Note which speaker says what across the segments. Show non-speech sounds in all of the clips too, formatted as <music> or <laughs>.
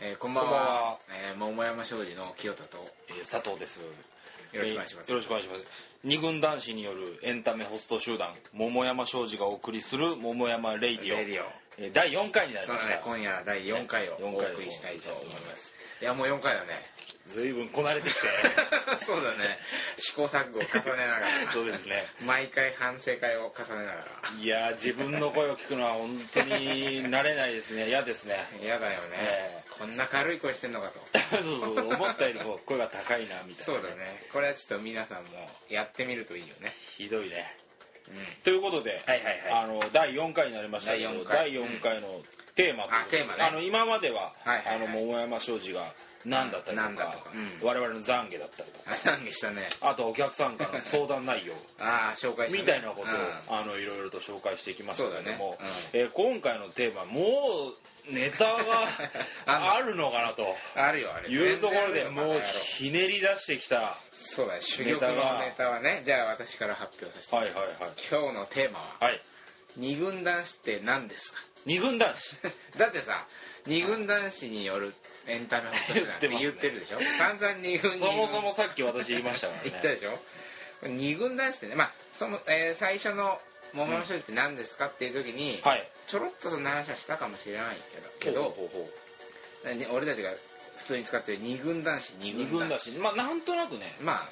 Speaker 1: えーこんばん
Speaker 2: こんばん
Speaker 1: は
Speaker 2: は
Speaker 1: えー桃山商事の清田とよ
Speaker 2: えー佐藤です。
Speaker 1: ろしくお願いします
Speaker 2: よろしくお願いします。二軍男子によるエンタメホスト集団、桃山商事がお送りする桃山レイディオ。
Speaker 1: レディオ
Speaker 2: えー第4回になり
Speaker 1: そう
Speaker 2: ま
Speaker 1: です
Speaker 2: した
Speaker 1: ね。今夜第4回を
Speaker 2: 四
Speaker 1: お
Speaker 2: 回を
Speaker 1: 送りしたいと思いますいやもう4回よ
Speaker 2: <laughs>
Speaker 1: ね
Speaker 2: ずいぶんこなれ
Speaker 1: <laughs>
Speaker 2: てきて。
Speaker 1: そうだね試行錯誤を重ねながら
Speaker 2: そうですね。
Speaker 1: 毎回反省会を重ねなが
Speaker 2: いやー、自分の声を聞くのは本当に慣れないですね。嫌です
Speaker 1: <laughs>
Speaker 2: ね。
Speaker 1: ら嫌だよね、
Speaker 2: え
Speaker 1: こんな軽い声してんのかと
Speaker 2: そうそう思ったよりも声が高いな、みたいな。
Speaker 1: そうだねこれはちょっと皆さんもやってみるといいよね
Speaker 2: ひどいね。
Speaker 1: うん
Speaker 2: ということで、
Speaker 1: はいはいはい
Speaker 2: あの第4回になりましたけど
Speaker 1: 第四回
Speaker 2: 第4回のテーマというこ
Speaker 1: あ
Speaker 2: とで
Speaker 1: テーマね
Speaker 2: の今までは,、
Speaker 1: はいはいはい
Speaker 2: あの桃山商事が何だったりとか
Speaker 1: 何だとかうん
Speaker 2: 我々の懺悔だったりと
Speaker 1: あ懺悔したね
Speaker 2: かあとお客さんからの相談内容
Speaker 1: ああ紹介したね
Speaker 2: みたいなことを、
Speaker 1: うん
Speaker 2: あのいろいろと紹介していきますけれども、
Speaker 1: そうだね
Speaker 2: えー今回のテーマもうネタが
Speaker 1: <laughs> あ
Speaker 2: あるのかな
Speaker 1: <laughs>
Speaker 2: と
Speaker 1: あるよあれ
Speaker 2: いうところ
Speaker 1: 全
Speaker 2: で
Speaker 1: 然ある
Speaker 2: も
Speaker 1: よバ
Speaker 2: う
Speaker 1: カ野郎
Speaker 2: ひねり出してきたは
Speaker 1: そうだね珠玉のネタはねじゃあ私から発表させても
Speaker 2: いは
Speaker 1: ら
Speaker 2: い
Speaker 1: い
Speaker 2: は
Speaker 1: ます今日のテーマはい
Speaker 2: はい
Speaker 1: 二軍男子って何ですか <laughs>
Speaker 2: 二軍男子
Speaker 1: だってさ二軍男子によるエンタメホスト集団って言ってるでしょ、散々二軍
Speaker 2: そもそもさっき私言いましたから
Speaker 1: <laughs>
Speaker 2: ね
Speaker 1: 言ったでしょ二軍男子ってねまあその、えー最初の「桃の正直って何ですか?」っていう時に、
Speaker 2: はい
Speaker 1: ちょろっとその話はしたかもしれないけどけど
Speaker 2: ほうほうほう
Speaker 1: ね俺たちが普通に使ってる二軍男子二
Speaker 2: 二
Speaker 1: 軍
Speaker 2: 軍
Speaker 1: 男
Speaker 2: だ
Speaker 1: 子
Speaker 2: し、まあ、なんとなくね、
Speaker 1: まあ、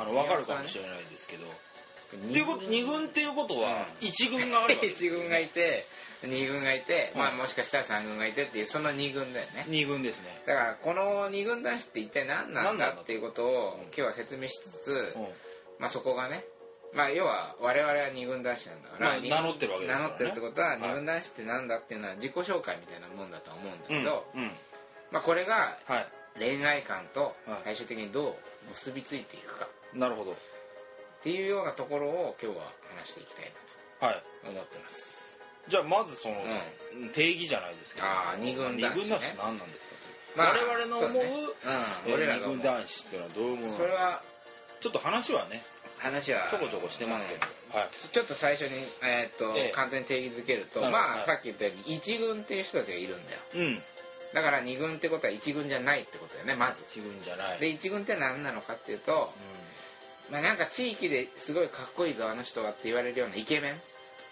Speaker 2: あの分かるかもし
Speaker 1: れ
Speaker 2: れないですけど。
Speaker 1: ない
Speaker 2: っていうこと二軍っていうことは、一軍があ
Speaker 1: <laughs>
Speaker 2: るわけです
Speaker 1: 1軍がいて2軍がいて、
Speaker 2: うん
Speaker 1: まあ、もしかしたら3軍がいてっていうその2軍だよね
Speaker 2: 二軍ですね。
Speaker 1: だからこの2軍男子って一体何なん
Speaker 2: 何なん
Speaker 1: だ
Speaker 2: だ
Speaker 1: っていうことを
Speaker 2: うん
Speaker 1: 今日は説明しつつ、
Speaker 2: うん
Speaker 1: まあ、そこがね、まあ、要は我々は2軍男子なんだから、
Speaker 2: まあ
Speaker 1: 二軍
Speaker 2: 名乗ってるわけですから
Speaker 1: 名
Speaker 2: ね
Speaker 1: 乗ってるってことは
Speaker 2: はい
Speaker 1: 2軍男子ってなんだっていうのは自己紹介みたいなもんだとは思うんだ
Speaker 2: うん。
Speaker 1: けど、
Speaker 2: うん。
Speaker 1: まあ、これが
Speaker 2: は
Speaker 1: 恋愛観と
Speaker 2: はい
Speaker 1: 最終的にどう結びついていくか
Speaker 2: い。なるほど。
Speaker 1: っていうようなところを今日は話していきたい
Speaker 2: はい。
Speaker 1: なと思ってます、
Speaker 2: じゃあ、まずその、
Speaker 1: うん
Speaker 2: 定義じゃないですけど。
Speaker 1: あー二軍
Speaker 2: 二
Speaker 1: 男子ね
Speaker 2: 軍男子何なんですかと、
Speaker 1: まあ
Speaker 2: 我々の思う、
Speaker 1: そ
Speaker 2: え
Speaker 1: う
Speaker 2: ー
Speaker 1: ん、俺ら
Speaker 2: 二
Speaker 1: が思う
Speaker 2: 軍男子っていうのはどういうものなの
Speaker 1: それは
Speaker 2: ちょっと話はね、
Speaker 1: 話は
Speaker 2: ちょこちょこしてますけど。
Speaker 1: うん
Speaker 2: はい。
Speaker 1: ちょっと最初に、えーっと
Speaker 2: ええ
Speaker 1: 簡単に定義づけると
Speaker 2: なるほど
Speaker 1: ま
Speaker 2: は
Speaker 1: あ
Speaker 2: い
Speaker 1: さっき言ったように一軍っていう人たちがいるんだよ
Speaker 2: うん。
Speaker 1: だから二軍ってことは一軍じゃないってことだよねまず
Speaker 2: 一軍じゃない。
Speaker 1: で一軍って何なのかっていうと、まあ、なんか地域ですごいかっこいいぞあの人はって言われるようなイケメ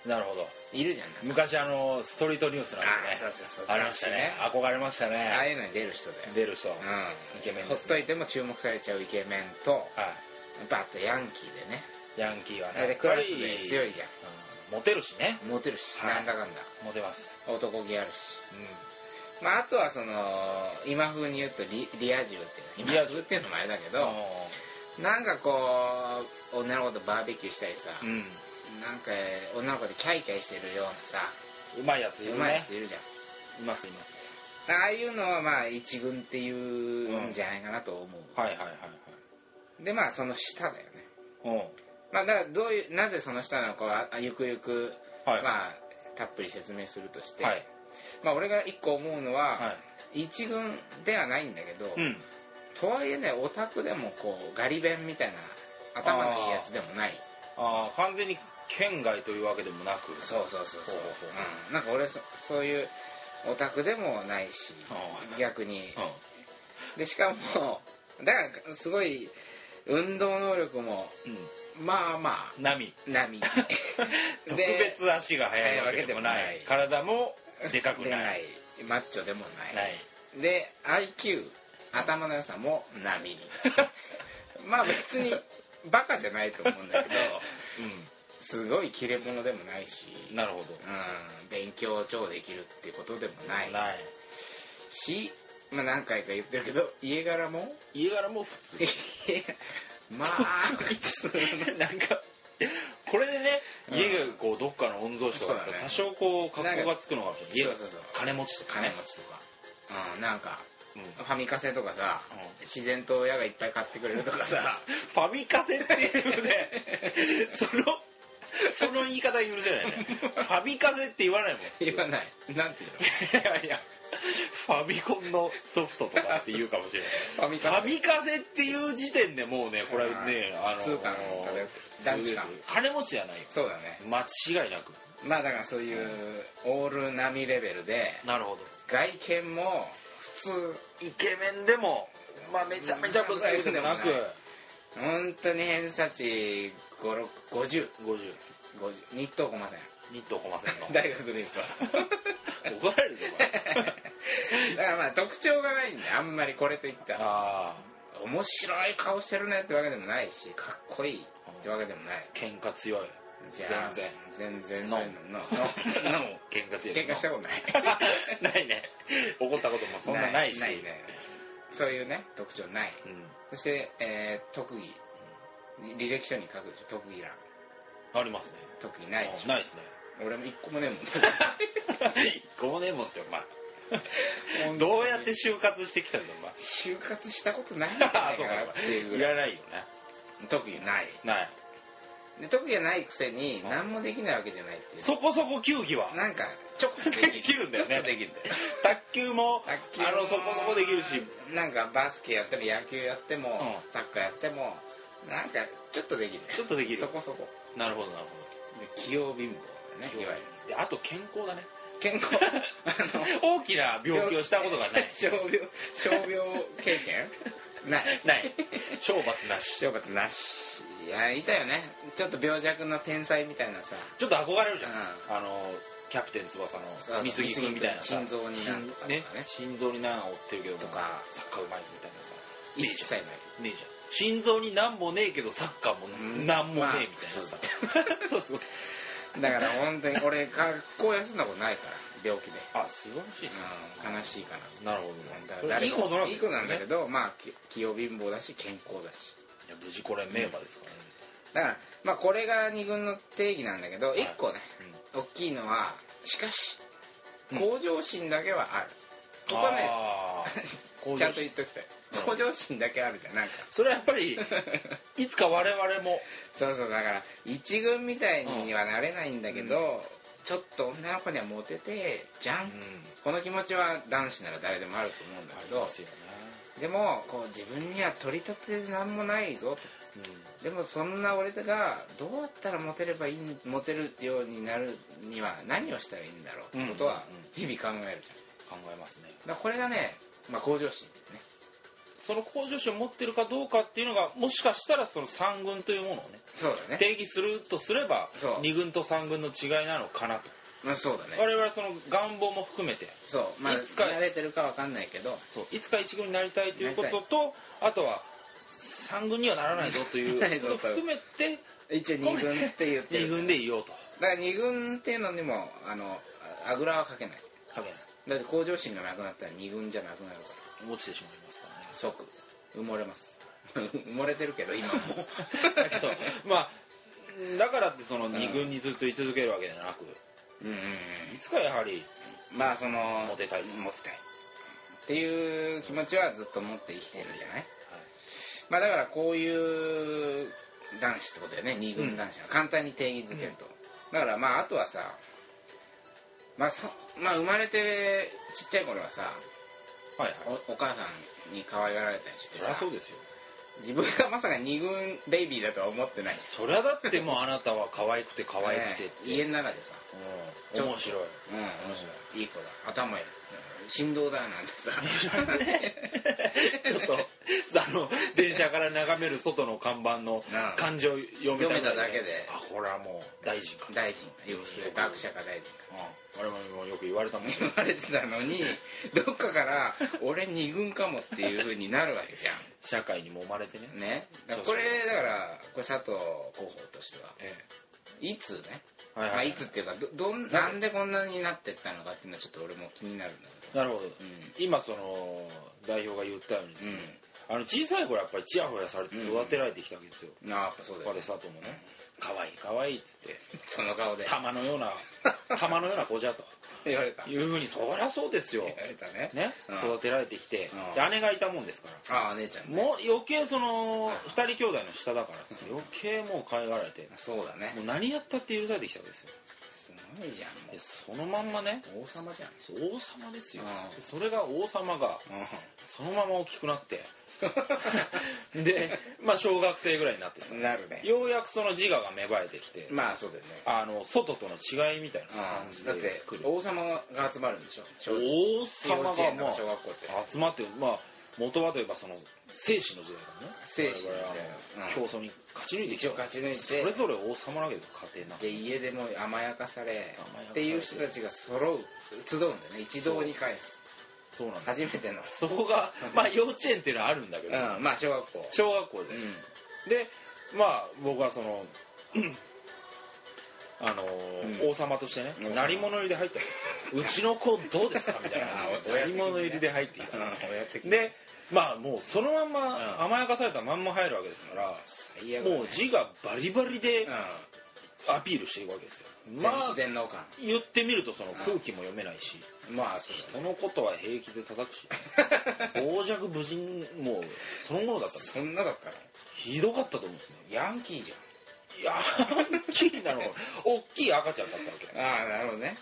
Speaker 2: うん。なるほど。
Speaker 1: ンいるじゃんなんか
Speaker 2: 昔、あの、ストリートニュースなん
Speaker 1: あ
Speaker 2: で
Speaker 1: あ
Speaker 2: ね。
Speaker 1: そうそうそう
Speaker 2: ありましたね。憧れましたね。
Speaker 1: ああいうのに出る人だよ、
Speaker 2: 出る人。は
Speaker 1: うん、
Speaker 2: イケメンです
Speaker 1: ほ
Speaker 2: ね
Speaker 1: っといても注目されちゃうイケメンとバッとヤンキーでね
Speaker 2: い。ヤンキーは
Speaker 1: あれ
Speaker 2: ね。
Speaker 1: でクラスで強
Speaker 2: い。
Speaker 1: いじゃん
Speaker 2: モテるしね。
Speaker 1: モテるし、
Speaker 2: はい
Speaker 1: なんだかんだ
Speaker 2: モテます。
Speaker 1: 男気あるし
Speaker 2: う
Speaker 1: まあ、あとはその今風に言うとリリア充っていうの
Speaker 2: リ
Speaker 1: 今
Speaker 2: ア充
Speaker 1: 風っていうのもあれだけ
Speaker 2: ん。
Speaker 1: どなんかこう女の子とバーベキューしたりさ、
Speaker 2: うん。
Speaker 1: なんか女の子でキャイキャイしてるようなさ
Speaker 2: うまいやついる
Speaker 1: うまいや
Speaker 2: ね
Speaker 1: つ。いるじゃん
Speaker 2: いますいます。
Speaker 1: ああいうのはまあ一軍っていうんじゃないかなと思う、
Speaker 2: はいはいはい
Speaker 1: でまあその下だよね
Speaker 2: はい。
Speaker 1: まあだからどういうなぜその下なのかはあゆくゆく、
Speaker 2: うん。はい。
Speaker 1: まあたっぷり説明するとして、
Speaker 2: はい。
Speaker 1: まあ俺が一個思うのは、
Speaker 2: はい。
Speaker 1: 一軍ではないんだけど、
Speaker 2: うん。
Speaker 1: とはいえねオタクでもこうガリ弁みたいな頭のいいやつでもない
Speaker 2: ああ、完全に県外というわけでもなく。
Speaker 1: そうそうそうそう、
Speaker 2: ほうほうほ
Speaker 1: うん、なんか俺そそういうオタクでもないし
Speaker 2: あ
Speaker 1: 逆に
Speaker 2: うん。
Speaker 1: でしかもだからすごい運動能力も
Speaker 2: う
Speaker 1: まあま
Speaker 2: ん。波。
Speaker 1: あ
Speaker 2: <laughs>
Speaker 1: 波
Speaker 2: 特別足が速いわけでもな
Speaker 1: はい
Speaker 2: い。体もでかく
Speaker 1: で
Speaker 2: ない。
Speaker 1: マッチョでもない、
Speaker 2: ない。
Speaker 1: で IQ 頭の良さも <laughs> 波まあ別にバカじゃないと思うんだけどすごい切れ者でもないし、
Speaker 2: うん。なるほど。
Speaker 1: うん、勉強を超できるってことでもない
Speaker 2: ない。
Speaker 1: し、まあ、何回か言ってるけど家柄も <laughs>
Speaker 2: 家柄も普通。
Speaker 1: ま <laughs> あ普通
Speaker 2: <laughs> なんか、これでね、
Speaker 1: うん
Speaker 2: 家がこう、どっかの御曹司とかだった
Speaker 1: そうだ
Speaker 2: ら、
Speaker 1: ね
Speaker 2: 多少こう、格好がつくのかもしれ
Speaker 1: そう
Speaker 2: ない。家
Speaker 1: そうそう
Speaker 2: 金持ちとか
Speaker 1: 金
Speaker 2: ね。
Speaker 1: 持ちとか、うん、なんか
Speaker 2: うん
Speaker 1: ファミカセとかさ自然と親がいっぱい買ってくれるとかさ
Speaker 2: ファミカセっていうね、
Speaker 1: <laughs>
Speaker 2: その、その言い方許せないね。ファミカセって言わないもん。
Speaker 1: 言わ <laughs>
Speaker 2: い。
Speaker 1: ないなんていうの
Speaker 2: いやいや、ファミコンのソフトとかって言うかもしれない。
Speaker 1: ファミ
Speaker 2: ファミカセっていう時点でもうね、これはね、あの
Speaker 1: 普通感漂ってる団地感
Speaker 2: 普通です金持ちじゃないよ。
Speaker 1: そうだね
Speaker 2: 間違いなく。
Speaker 1: まあだからそういうオール並みレベルで
Speaker 2: なるほど。
Speaker 1: 外見も普通
Speaker 2: イケメンでも、まあ、めちゃめちゃブサイクでもなく、
Speaker 1: 本当に偏差値565050
Speaker 2: 50、
Speaker 1: 日東駒線
Speaker 2: ニットをこませんの。
Speaker 1: 大学で言うと <laughs>
Speaker 2: 怒られるぞ、お前
Speaker 1: だからまあ特徴がないんであんまりこれといったら
Speaker 2: あ
Speaker 1: 面白い顔してるねってわけでもないしかっこいい
Speaker 2: あ、
Speaker 1: ってわけでもない
Speaker 2: 喧嘩強い。
Speaker 1: じゃあ
Speaker 2: 全
Speaker 1: 全然
Speaker 2: ノ
Speaker 1: そ
Speaker 2: ー
Speaker 1: ういうのノーノ <laughs> ーノ
Speaker 2: 喧嘩
Speaker 1: ー
Speaker 2: 強い。
Speaker 1: 喧嘩したことない
Speaker 2: <laughs> ないね。怒ったこともそんなないし。
Speaker 1: ないねそういうね特徴ない
Speaker 2: うん。
Speaker 1: そして、えー特技履歴書に書くでしょ特技欄
Speaker 2: ありますね。
Speaker 1: 特技ないでし
Speaker 2: うん
Speaker 1: ょ
Speaker 2: ないです <laughs> ね。
Speaker 1: 俺も一個もねえもん
Speaker 2: ごねもんって、お前。 <laughs> どうやって就活してきたんだ、お <laughs> 前。
Speaker 1: 就活したことないんじゃないかなっていうぐ
Speaker 2: い
Speaker 1: らい
Speaker 2: らないよね。
Speaker 1: 特技ない
Speaker 2: ない。
Speaker 1: で特技がないくせに
Speaker 2: うん
Speaker 1: 何もできないわけじゃないっていう
Speaker 2: そこそこ球技は。
Speaker 1: なんかちょこっと
Speaker 2: できるんだよね
Speaker 1: ちょっとできるんだよ
Speaker 2: 卓球も、あ
Speaker 1: 卓球も
Speaker 2: の、そこそこできるし。
Speaker 1: なんかバスケやっても野球やっても、
Speaker 2: うん
Speaker 1: サッカーやってもなんかちょっとできるんだよ
Speaker 2: ちょっとできる
Speaker 1: そ。こそこ
Speaker 2: なるほど、なる
Speaker 1: で器用貧乏だ
Speaker 2: ほ
Speaker 1: ね
Speaker 2: ど。
Speaker 1: いわゆる
Speaker 2: であと健康だね。
Speaker 1: 健
Speaker 2: <laughs>
Speaker 1: 康あの
Speaker 2: 大きな病気をしたことがない。
Speaker 1: 傷病 <laughs> 傷病経験ない
Speaker 2: <laughs> ない。懲罰なし。
Speaker 1: 懲罰なしいやいたよねちょっと病弱の天才みたいなさ
Speaker 2: ちょっと憧れるじゃん。
Speaker 1: う
Speaker 2: あの、キャプテン
Speaker 1: そ
Speaker 2: 翼
Speaker 1: うそ
Speaker 2: の
Speaker 1: う
Speaker 2: 美杉君みたいなさ。
Speaker 1: 美杉君心臓になんとかとかね
Speaker 2: ね。心臓に難を負ってるけども
Speaker 1: とか
Speaker 2: サッカーうまいみたいなさ。
Speaker 1: ん一切ない
Speaker 2: ねえじゃん。心臓になんもねえけど、サッカーもなんもねえみたいなさ。 <laughs> そうそう。
Speaker 1: だから本当に俺学校休んだことないから病気で、
Speaker 2: あ、素晴らしいですね。
Speaker 1: うん、悲しいかな
Speaker 2: なるほど
Speaker 1: だか
Speaker 2: ねそ
Speaker 1: ら
Speaker 2: れ。
Speaker 1: 誰
Speaker 2: いい
Speaker 1: も
Speaker 2: ことなんだ
Speaker 1: いい子なんだけど、まあき器用貧乏だし健康だし
Speaker 2: いや無事これ名馬ですからね。
Speaker 1: だからまあこれが二軍の定義なんだけど
Speaker 2: い
Speaker 1: 一個ね大きいのはしかし
Speaker 2: うん
Speaker 1: 向上心だけはある、ここはね
Speaker 2: あ
Speaker 1: <laughs>
Speaker 2: ー、向
Speaker 1: ちゃんと
Speaker 2: 上心
Speaker 1: 言っときたい
Speaker 2: うん
Speaker 1: 向上心だけあるじゃんなんか
Speaker 2: それはやっぱ
Speaker 1: <laughs>
Speaker 2: り、いつか我々も、
Speaker 1: そうそうだから一軍みたいにはなれないんだけど、ちょっと女の子にはモテてえじゃん、この気持ちは男子なら誰でもあると思うんだ
Speaker 2: あ
Speaker 1: け
Speaker 2: りま
Speaker 1: ど
Speaker 2: すよね。
Speaker 1: でもこう自分には取り立てなんもないぞ
Speaker 2: うん
Speaker 1: とでもそんな俺がどうやったらモテればいいモテるようになるには何をしたらいいんだろうってことは
Speaker 2: うんうんうん
Speaker 1: 日々考えるじゃん
Speaker 2: 考えますね。
Speaker 1: だからこれがね、まあ、向上心ね
Speaker 2: その向上心を持ってるかどうかっていうのがもしかしたらその3軍というものをね
Speaker 1: そうだね、
Speaker 2: 定義するとすれば
Speaker 1: そう
Speaker 2: 2軍と3軍の違いなのかなと、
Speaker 1: まあ、そうだね
Speaker 2: 我々はその願望も含めて
Speaker 1: そうまあ
Speaker 2: いつか
Speaker 1: 慣れてるかわかんないけど
Speaker 2: そういつか1軍になりたいということとあとは3軍にはならないぞとい
Speaker 1: ならないう
Speaker 2: こ
Speaker 1: ぞ
Speaker 2: と
Speaker 1: と
Speaker 2: を含めて
Speaker 1: 一応二軍って言ってる
Speaker 2: 2軍でいようと
Speaker 1: だから二軍っていうのにもあのああぐらはかけない
Speaker 2: 影
Speaker 1: だって向上心がなくなったら二軍じゃなくなるから
Speaker 2: に落ちてしまいますからね
Speaker 1: 即埋もれます <laughs> 埋もれてるけど
Speaker 2: <laughs>
Speaker 1: 今も
Speaker 2: だけど
Speaker 1: <laughs>
Speaker 2: まあだからってその2軍にずっと居続けるわけではなく
Speaker 1: うんうん
Speaker 2: いつかやはり
Speaker 1: うんまあその
Speaker 2: モテたいと
Speaker 1: モテたいっていう気持ちはずっと持って生きてるじゃないまあだからこういう男子ってことだよね二軍男子は簡単に定義づけると、だからまああとはさまあそまあ生まれてちっちゃい頃はさ
Speaker 2: はいはいはい
Speaker 1: おお母さんに可愛がられたりして
Speaker 2: そりゃ
Speaker 1: さ
Speaker 2: そうですよ
Speaker 1: 自分がまさか二軍ベイビーだとは思ってない
Speaker 2: そりゃだってもうあなたは可愛くて可愛くてって、
Speaker 1: ね家の中でさ
Speaker 2: うん面白い
Speaker 1: うん面白いいい子だ頭いい振動だなんてさ
Speaker 2: ちょっ
Speaker 1: <laughs>
Speaker 2: とあの電車から眺める外の看板の
Speaker 1: なあ
Speaker 2: 漢字を読めた
Speaker 1: 読めただけで
Speaker 2: あほらもう大臣か、うん、
Speaker 1: 大臣か要するに学者か大臣か
Speaker 2: 我々もよく言われたもんね
Speaker 1: 言われてたのにどっかから俺二軍かもっていう風になるわけじゃ
Speaker 2: 社会に揉まれてね、
Speaker 1: んねだからこ
Speaker 2: <laughs> そうそう
Speaker 1: れだからこれ佐藤候補としては
Speaker 2: え
Speaker 1: いつね、
Speaker 2: えはい
Speaker 1: ま
Speaker 2: は
Speaker 1: あ、
Speaker 2: い、
Speaker 1: いつっていうかどどんなんでこんなになってったのかっていうのはちょっと俺も気になるんだ
Speaker 2: なるほど、
Speaker 1: けどうん
Speaker 2: 今その代表が言ったようにですね、あの小さい頃やっぱりチヤホヤされて育てられてきたわけですよ、
Speaker 1: うんああやっぱそうだ
Speaker 2: 我
Speaker 1: よね
Speaker 2: 々佐藤もね可愛い可愛いっつって
Speaker 1: その顔で
Speaker 2: 玉のよ
Speaker 1: <laughs>
Speaker 2: うな玉のような子じゃと
Speaker 1: 言われた
Speaker 2: いうふうにそりゃそうですよ
Speaker 1: 言われたね
Speaker 2: ね、
Speaker 1: うん
Speaker 2: 育てられてきて、
Speaker 1: うん
Speaker 2: で姉がいたもんですから、
Speaker 1: ああ姉ちゃんね
Speaker 2: もう余計その
Speaker 1: はい
Speaker 2: 二人兄弟の下だからさ余計もう可愛がられて
Speaker 1: そうだね
Speaker 2: もう何やったって許されてきたわけですよ
Speaker 1: すごいじゃん、も
Speaker 2: でそのまんまね
Speaker 1: う。王様じゃん。
Speaker 2: 王様ですよ
Speaker 1: うん
Speaker 2: それが王様が
Speaker 1: うん。
Speaker 2: そのまま大きくな
Speaker 1: <laughs>
Speaker 2: ってでまあ小学生ぐらいになってさ
Speaker 1: なるね。
Speaker 2: ようやくその自我が芽生えてきて
Speaker 1: まあそうだよね。
Speaker 2: あの外との違いみたいな感
Speaker 1: う
Speaker 2: じ
Speaker 1: ん、
Speaker 2: で
Speaker 1: だって
Speaker 2: 来、る
Speaker 1: 王様が集まるんでしょ。小
Speaker 2: 王
Speaker 1: 幼
Speaker 2: 様
Speaker 1: 稚
Speaker 2: が
Speaker 1: 園
Speaker 2: も
Speaker 1: と
Speaker 2: う
Speaker 1: か小学校って。
Speaker 2: 集まってまあ元はといえばその生死の時代だね
Speaker 1: 生死の時代
Speaker 2: 我々はもう
Speaker 1: うん
Speaker 2: 競争に勝ち抜いてき
Speaker 1: 一
Speaker 2: て
Speaker 1: 応勝ち抜い
Speaker 2: それ
Speaker 1: て、
Speaker 2: ぞれ王様なわけですよ家庭なんて
Speaker 1: で、家でも甘やかされ、
Speaker 2: 甘やかされて
Speaker 1: っていう人たちが揃う、集うんだよね。一堂に返す。
Speaker 2: そうなんです
Speaker 1: 初めての。
Speaker 2: そこがまあ幼稚園っていうのはあるんだけど、
Speaker 1: うん、まあ小学校。
Speaker 2: 小学校
Speaker 1: う
Speaker 2: で、
Speaker 1: ん。
Speaker 2: でまあ僕はその <clears throat> あのー
Speaker 1: うん
Speaker 2: 王様としてね
Speaker 1: 王様
Speaker 2: 鳴り物入りで入ったんですようちの子どうですかみたい
Speaker 1: あ
Speaker 2: な
Speaker 1: 親的
Speaker 2: 鳴
Speaker 1: に
Speaker 2: り
Speaker 1: ね
Speaker 2: 物入りで入ってき
Speaker 1: う
Speaker 2: た
Speaker 1: ん、親的に。
Speaker 2: でまあもうそのまん
Speaker 1: うん
Speaker 2: ま甘やかされたまんま入るわけですから、
Speaker 1: 最悪だね。
Speaker 2: もう字がバリバリで
Speaker 1: う
Speaker 2: アピールしていくわけですよ
Speaker 1: ん。
Speaker 2: まあ
Speaker 1: 全全能感。
Speaker 2: 言ってみるとその空気も読めないし
Speaker 1: まあそうだね。
Speaker 2: 人のことは平気で
Speaker 1: <laughs>
Speaker 2: 叩くし傍若無人もうそのものだったんです
Speaker 1: そんなだから。
Speaker 2: ひどかったと思うんですね
Speaker 1: ヤンキーじ
Speaker 2: いや大きい
Speaker 1: <laughs>
Speaker 2: なの大きい赤ちゃんだったわ
Speaker 1: ゃん。ああ、なるほどね。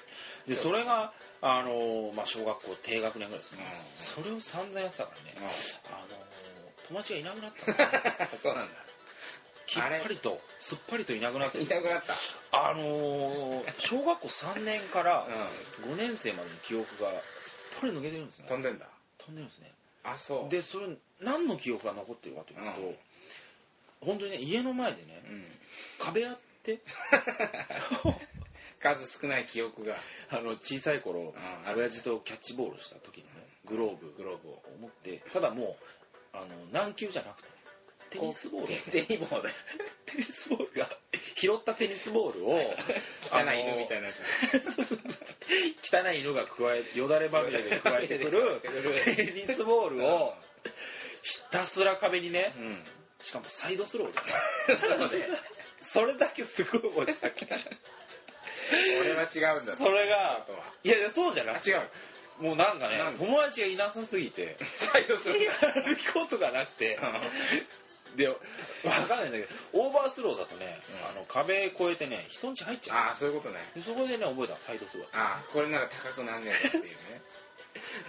Speaker 2: けでそれがあのーまあ、小学校低学年ぐらいです
Speaker 1: うん
Speaker 2: ね、。それを散々やってたからね、
Speaker 1: う
Speaker 2: あのー友達がいなくなったの
Speaker 1: ん <laughs> そうなんだ。
Speaker 2: き
Speaker 1: <laughs>
Speaker 2: っ
Speaker 1: あれ
Speaker 2: ぱりとすっぱりといなくなって
Speaker 1: いなくなった。
Speaker 2: あのー小学校3年から
Speaker 1: う
Speaker 2: 5年生までの記憶がすっぽり抜けてるんですね
Speaker 1: ん。飛んでんだ。
Speaker 2: 飛んでるんですね
Speaker 1: あ、そう。
Speaker 2: でそれ何の記憶が残ってるかというと、
Speaker 1: うん
Speaker 2: 本当にね家の前でね
Speaker 1: うん。
Speaker 2: 壁あって <laughs>
Speaker 1: 数少ない記憶が。
Speaker 2: あの小さい頃
Speaker 1: うん
Speaker 2: 親父とキャッチボールした時のねグローブグローブを持ってただもうあの軟球じゃなくてテニスボール
Speaker 1: テニスボール。
Speaker 2: <laughs> テニスボールが拾ったテニスボールを
Speaker 1: 汚い犬みた
Speaker 2: い
Speaker 1: いなやつ。
Speaker 2: 汚い犬が加えよだれまみれで加えてくるテニスボールをひたすら壁にね
Speaker 1: うん。
Speaker 2: しかもサイドスローでそれだけすごい覚えてたっけ
Speaker 1: 俺は違うんだ。
Speaker 2: それ
Speaker 1: あ
Speaker 2: が
Speaker 1: とは。
Speaker 2: いやいやそうじゃ
Speaker 1: あ、
Speaker 2: なくて
Speaker 1: 違う。
Speaker 2: もうなんかね
Speaker 1: なんか
Speaker 2: 友達がいなさすぎて
Speaker 1: 採用する。
Speaker 2: 歩くことがなくてでわかんないんだけどオーバースローだとね、
Speaker 1: うん
Speaker 2: あの壁越えてね人んち入っちゃ
Speaker 1: ああ、そういうことね。
Speaker 2: うでそこでね覚えたのサイドスロ
Speaker 1: ああ、これなら高くなんねえぞっていう
Speaker 2: <laughs>
Speaker 1: ね。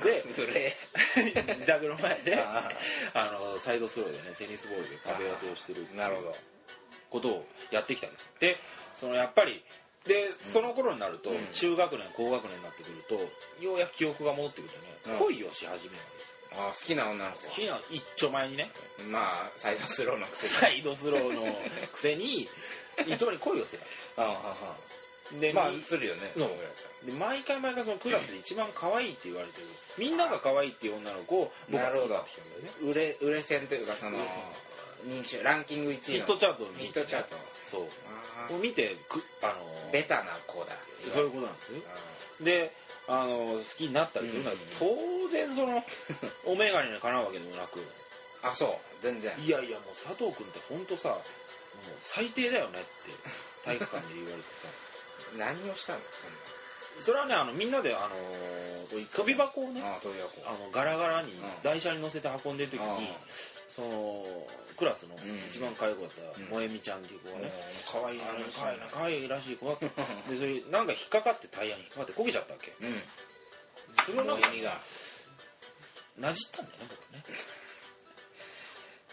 Speaker 2: ーで
Speaker 1: 無礼。
Speaker 2: <laughs> 自宅の前であ
Speaker 1: あ
Speaker 2: のサイドスローでねテニスボールで壁当てをしてる
Speaker 1: あなるほど。
Speaker 2: ことをやってきたんですでそのやっぱりでその頃になると、
Speaker 1: うん
Speaker 2: 中学年高学年になってくるとようやく記憶が戻ってくるとね、
Speaker 1: うん
Speaker 2: 恋をし始めるわ
Speaker 1: ああ、好きな女の
Speaker 2: けです
Speaker 1: 子
Speaker 2: よ好きな一丁前にね
Speaker 1: は。まあ、サイドスローのくせに。
Speaker 2: サイドスローのくせに
Speaker 1: <laughs>
Speaker 2: 一丁前に恋をする
Speaker 1: ああ、
Speaker 2: で,、
Speaker 1: ま
Speaker 2: ま
Speaker 1: あ
Speaker 2: あ、、
Speaker 1: するよね。
Speaker 2: そう
Speaker 1: ぐらいだったら
Speaker 2: で毎回毎回そのクラスで一番可愛いって言われてるみんなが可愛いっていう女の子を僕は好きになってきたんだよね
Speaker 1: 売れ売れ線というかその
Speaker 2: 売れ線
Speaker 1: 人気ランキング
Speaker 2: ヒ
Speaker 1: 1位
Speaker 2: ッ
Speaker 1: の
Speaker 2: トチャートを見て
Speaker 1: ヒットチャート
Speaker 2: そう
Speaker 1: あ
Speaker 2: を見てくあの
Speaker 1: ーベタな子だ
Speaker 2: そういうことなんですよ
Speaker 1: う
Speaker 2: であの好きになったりするんだけど、当然そのお眼鏡にかなうわけでもなく
Speaker 1: んあそう全然
Speaker 2: いやいやもう佐藤君って本当さもう最低だよねって体育館で言われてさ
Speaker 1: 何をしたの
Speaker 2: それはねあのみんなであの飛び箱を
Speaker 1: そん
Speaker 2: ね
Speaker 1: なああどういう子
Speaker 2: あのガラガラに
Speaker 1: うん
Speaker 2: 台車に乗せて運んでる時
Speaker 1: あ
Speaker 2: にそのクラスの
Speaker 1: ん
Speaker 2: 一番介護だった
Speaker 1: うん
Speaker 2: 萌美ちゃんっていう子がね、
Speaker 1: かわいい
Speaker 2: あの可愛いな
Speaker 1: う
Speaker 2: 可愛いらしい子だったでそれなんか引っかかってタイヤに引っかかってこけちゃったわけ
Speaker 1: ん
Speaker 2: それ
Speaker 1: そ
Speaker 2: をな
Speaker 1: の
Speaker 2: んか
Speaker 1: 意味が
Speaker 2: なじったんだよね僕ね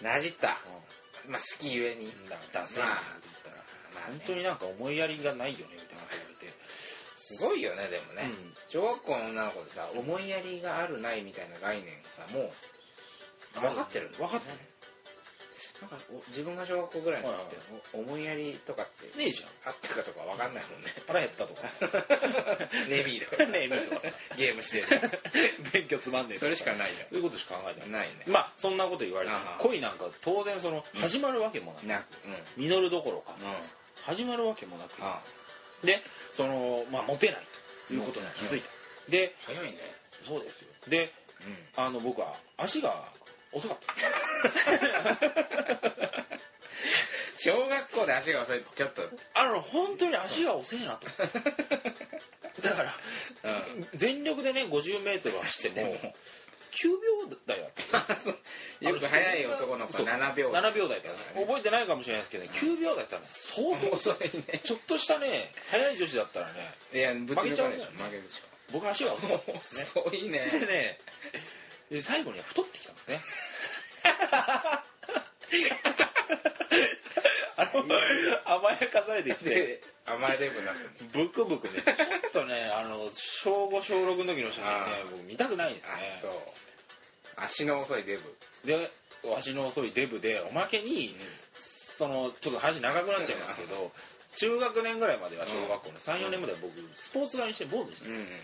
Speaker 1: なじったまあ好きゆえに
Speaker 2: だからダセーなこと言ったら、
Speaker 1: まあ
Speaker 2: 本
Speaker 1: ね
Speaker 2: 当になんか思いやりがないよねみたいなこと
Speaker 1: すごいよねでも
Speaker 2: 言われ
Speaker 1: ね
Speaker 2: て、うん
Speaker 1: 小学校の女の子でさ思いやりがあるないみたいな概念がさもう分かってる
Speaker 2: 分かってる
Speaker 1: なんかお自分が小学校ぐらいの時ってお思いやりとかって
Speaker 2: ねえじゃん
Speaker 1: あったかとかわかんないもんね。
Speaker 2: 腹減ったとか <laughs>
Speaker 1: <laughs> ネビーとかさ
Speaker 2: ねえ見るとかさ
Speaker 1: ゲームしてる。
Speaker 2: 勉強つまんねえと
Speaker 1: <laughs> それしか
Speaker 2: い
Speaker 1: ない
Speaker 2: そういうことしか考えて
Speaker 1: じ
Speaker 2: な
Speaker 1: ゃ
Speaker 2: い
Speaker 1: ん。ないね。
Speaker 2: まあそんなこと言われても
Speaker 1: あは
Speaker 2: 恋なんか当然その
Speaker 1: うん
Speaker 2: 始まるわけもない
Speaker 1: なく、うん。
Speaker 2: 実るどころか
Speaker 1: うん。
Speaker 2: 始まるわけもなく
Speaker 1: あ
Speaker 2: でそのまあモテないということに気づいたで
Speaker 1: 早いね。
Speaker 2: そうですよで
Speaker 1: うん。
Speaker 2: あの僕は足が遅かった
Speaker 1: 小学校で足が遅いってちょっ <laughs> と、
Speaker 2: あの本当に足が遅いな
Speaker 1: <laughs>
Speaker 2: とだから
Speaker 1: うん。
Speaker 2: 全力でね50メートル走っても9秒台だった
Speaker 1: よく早い男の子
Speaker 2: そう
Speaker 1: 7秒
Speaker 2: 7秒台だった、ね、覚えてないかもしれないですけどね9秒台だったらね相当
Speaker 1: 遅いね
Speaker 2: ちょっとしたね早い女子だったらね
Speaker 1: いやぶち抜かれるでしょ
Speaker 2: 負けちゃうね
Speaker 1: 負けるでし
Speaker 2: 僕足が遅い
Speaker 1: ょ
Speaker 2: ですね
Speaker 1: 遅い
Speaker 2: で
Speaker 1: ね
Speaker 2: ね、で最後には太ってきた
Speaker 1: <laughs>
Speaker 2: んですね。あの、甘やかされてきて、
Speaker 1: <laughs> で甘えデブになってる
Speaker 2: ブクブクね、ちょっとね、あの、小5、小6の時の写真ね
Speaker 1: あ、ー
Speaker 2: 僕見たくないんです
Speaker 1: あそ
Speaker 2: ね。
Speaker 1: う足の遅いデブ
Speaker 2: で、足の遅いデブで、おまけに、その、ちょっと話長くなっちゃいますけど、中学年ぐらいまでは小学校の3、4年までは僕、スポーツ側にして坊主にして
Speaker 1: うんうん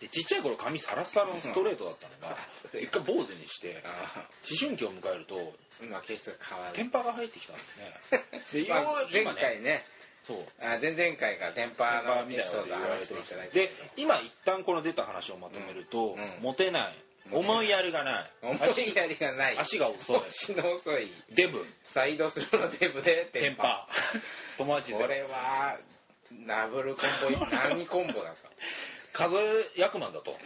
Speaker 2: で、ちっちゃい頃髪サラッサラのストレートだったのが、一回坊主にして、
Speaker 1: あ
Speaker 2: 思春期を迎えると、
Speaker 1: あまあ毛質が変わ
Speaker 2: テ
Speaker 1: る
Speaker 2: ンパが入ってきたん
Speaker 1: <laughs>
Speaker 2: ですね。で、
Speaker 1: まあ
Speaker 2: ようやく
Speaker 1: 前
Speaker 2: 今ね、
Speaker 1: 回ね
Speaker 2: そう、
Speaker 1: あ前々回が電波
Speaker 2: テンパ
Speaker 1: の
Speaker 2: み
Speaker 1: エ
Speaker 2: た
Speaker 1: ピ
Speaker 2: い
Speaker 1: ソ
Speaker 2: なこ
Speaker 1: ー
Speaker 2: と
Speaker 1: ド
Speaker 2: 言
Speaker 1: を
Speaker 2: われ
Speaker 1: 話してて
Speaker 2: ま
Speaker 1: い
Speaker 2: した
Speaker 1: た
Speaker 2: ね
Speaker 1: だい。
Speaker 2: で
Speaker 1: て、
Speaker 2: 今一旦この出た話をまとめると、
Speaker 1: うんうん
Speaker 2: モテない、
Speaker 1: モテない
Speaker 2: 思いやりがない、
Speaker 1: 思いやりがない
Speaker 2: 足が遅い、
Speaker 1: 足の遅い
Speaker 2: デブ、
Speaker 1: サイドスローのデブで
Speaker 2: テンパ、友達
Speaker 1: こ
Speaker 2: ゼロ、
Speaker 1: れはダブルコンボ何コンボ
Speaker 2: <laughs>
Speaker 1: だか
Speaker 2: 数え役満だ <laughs> と。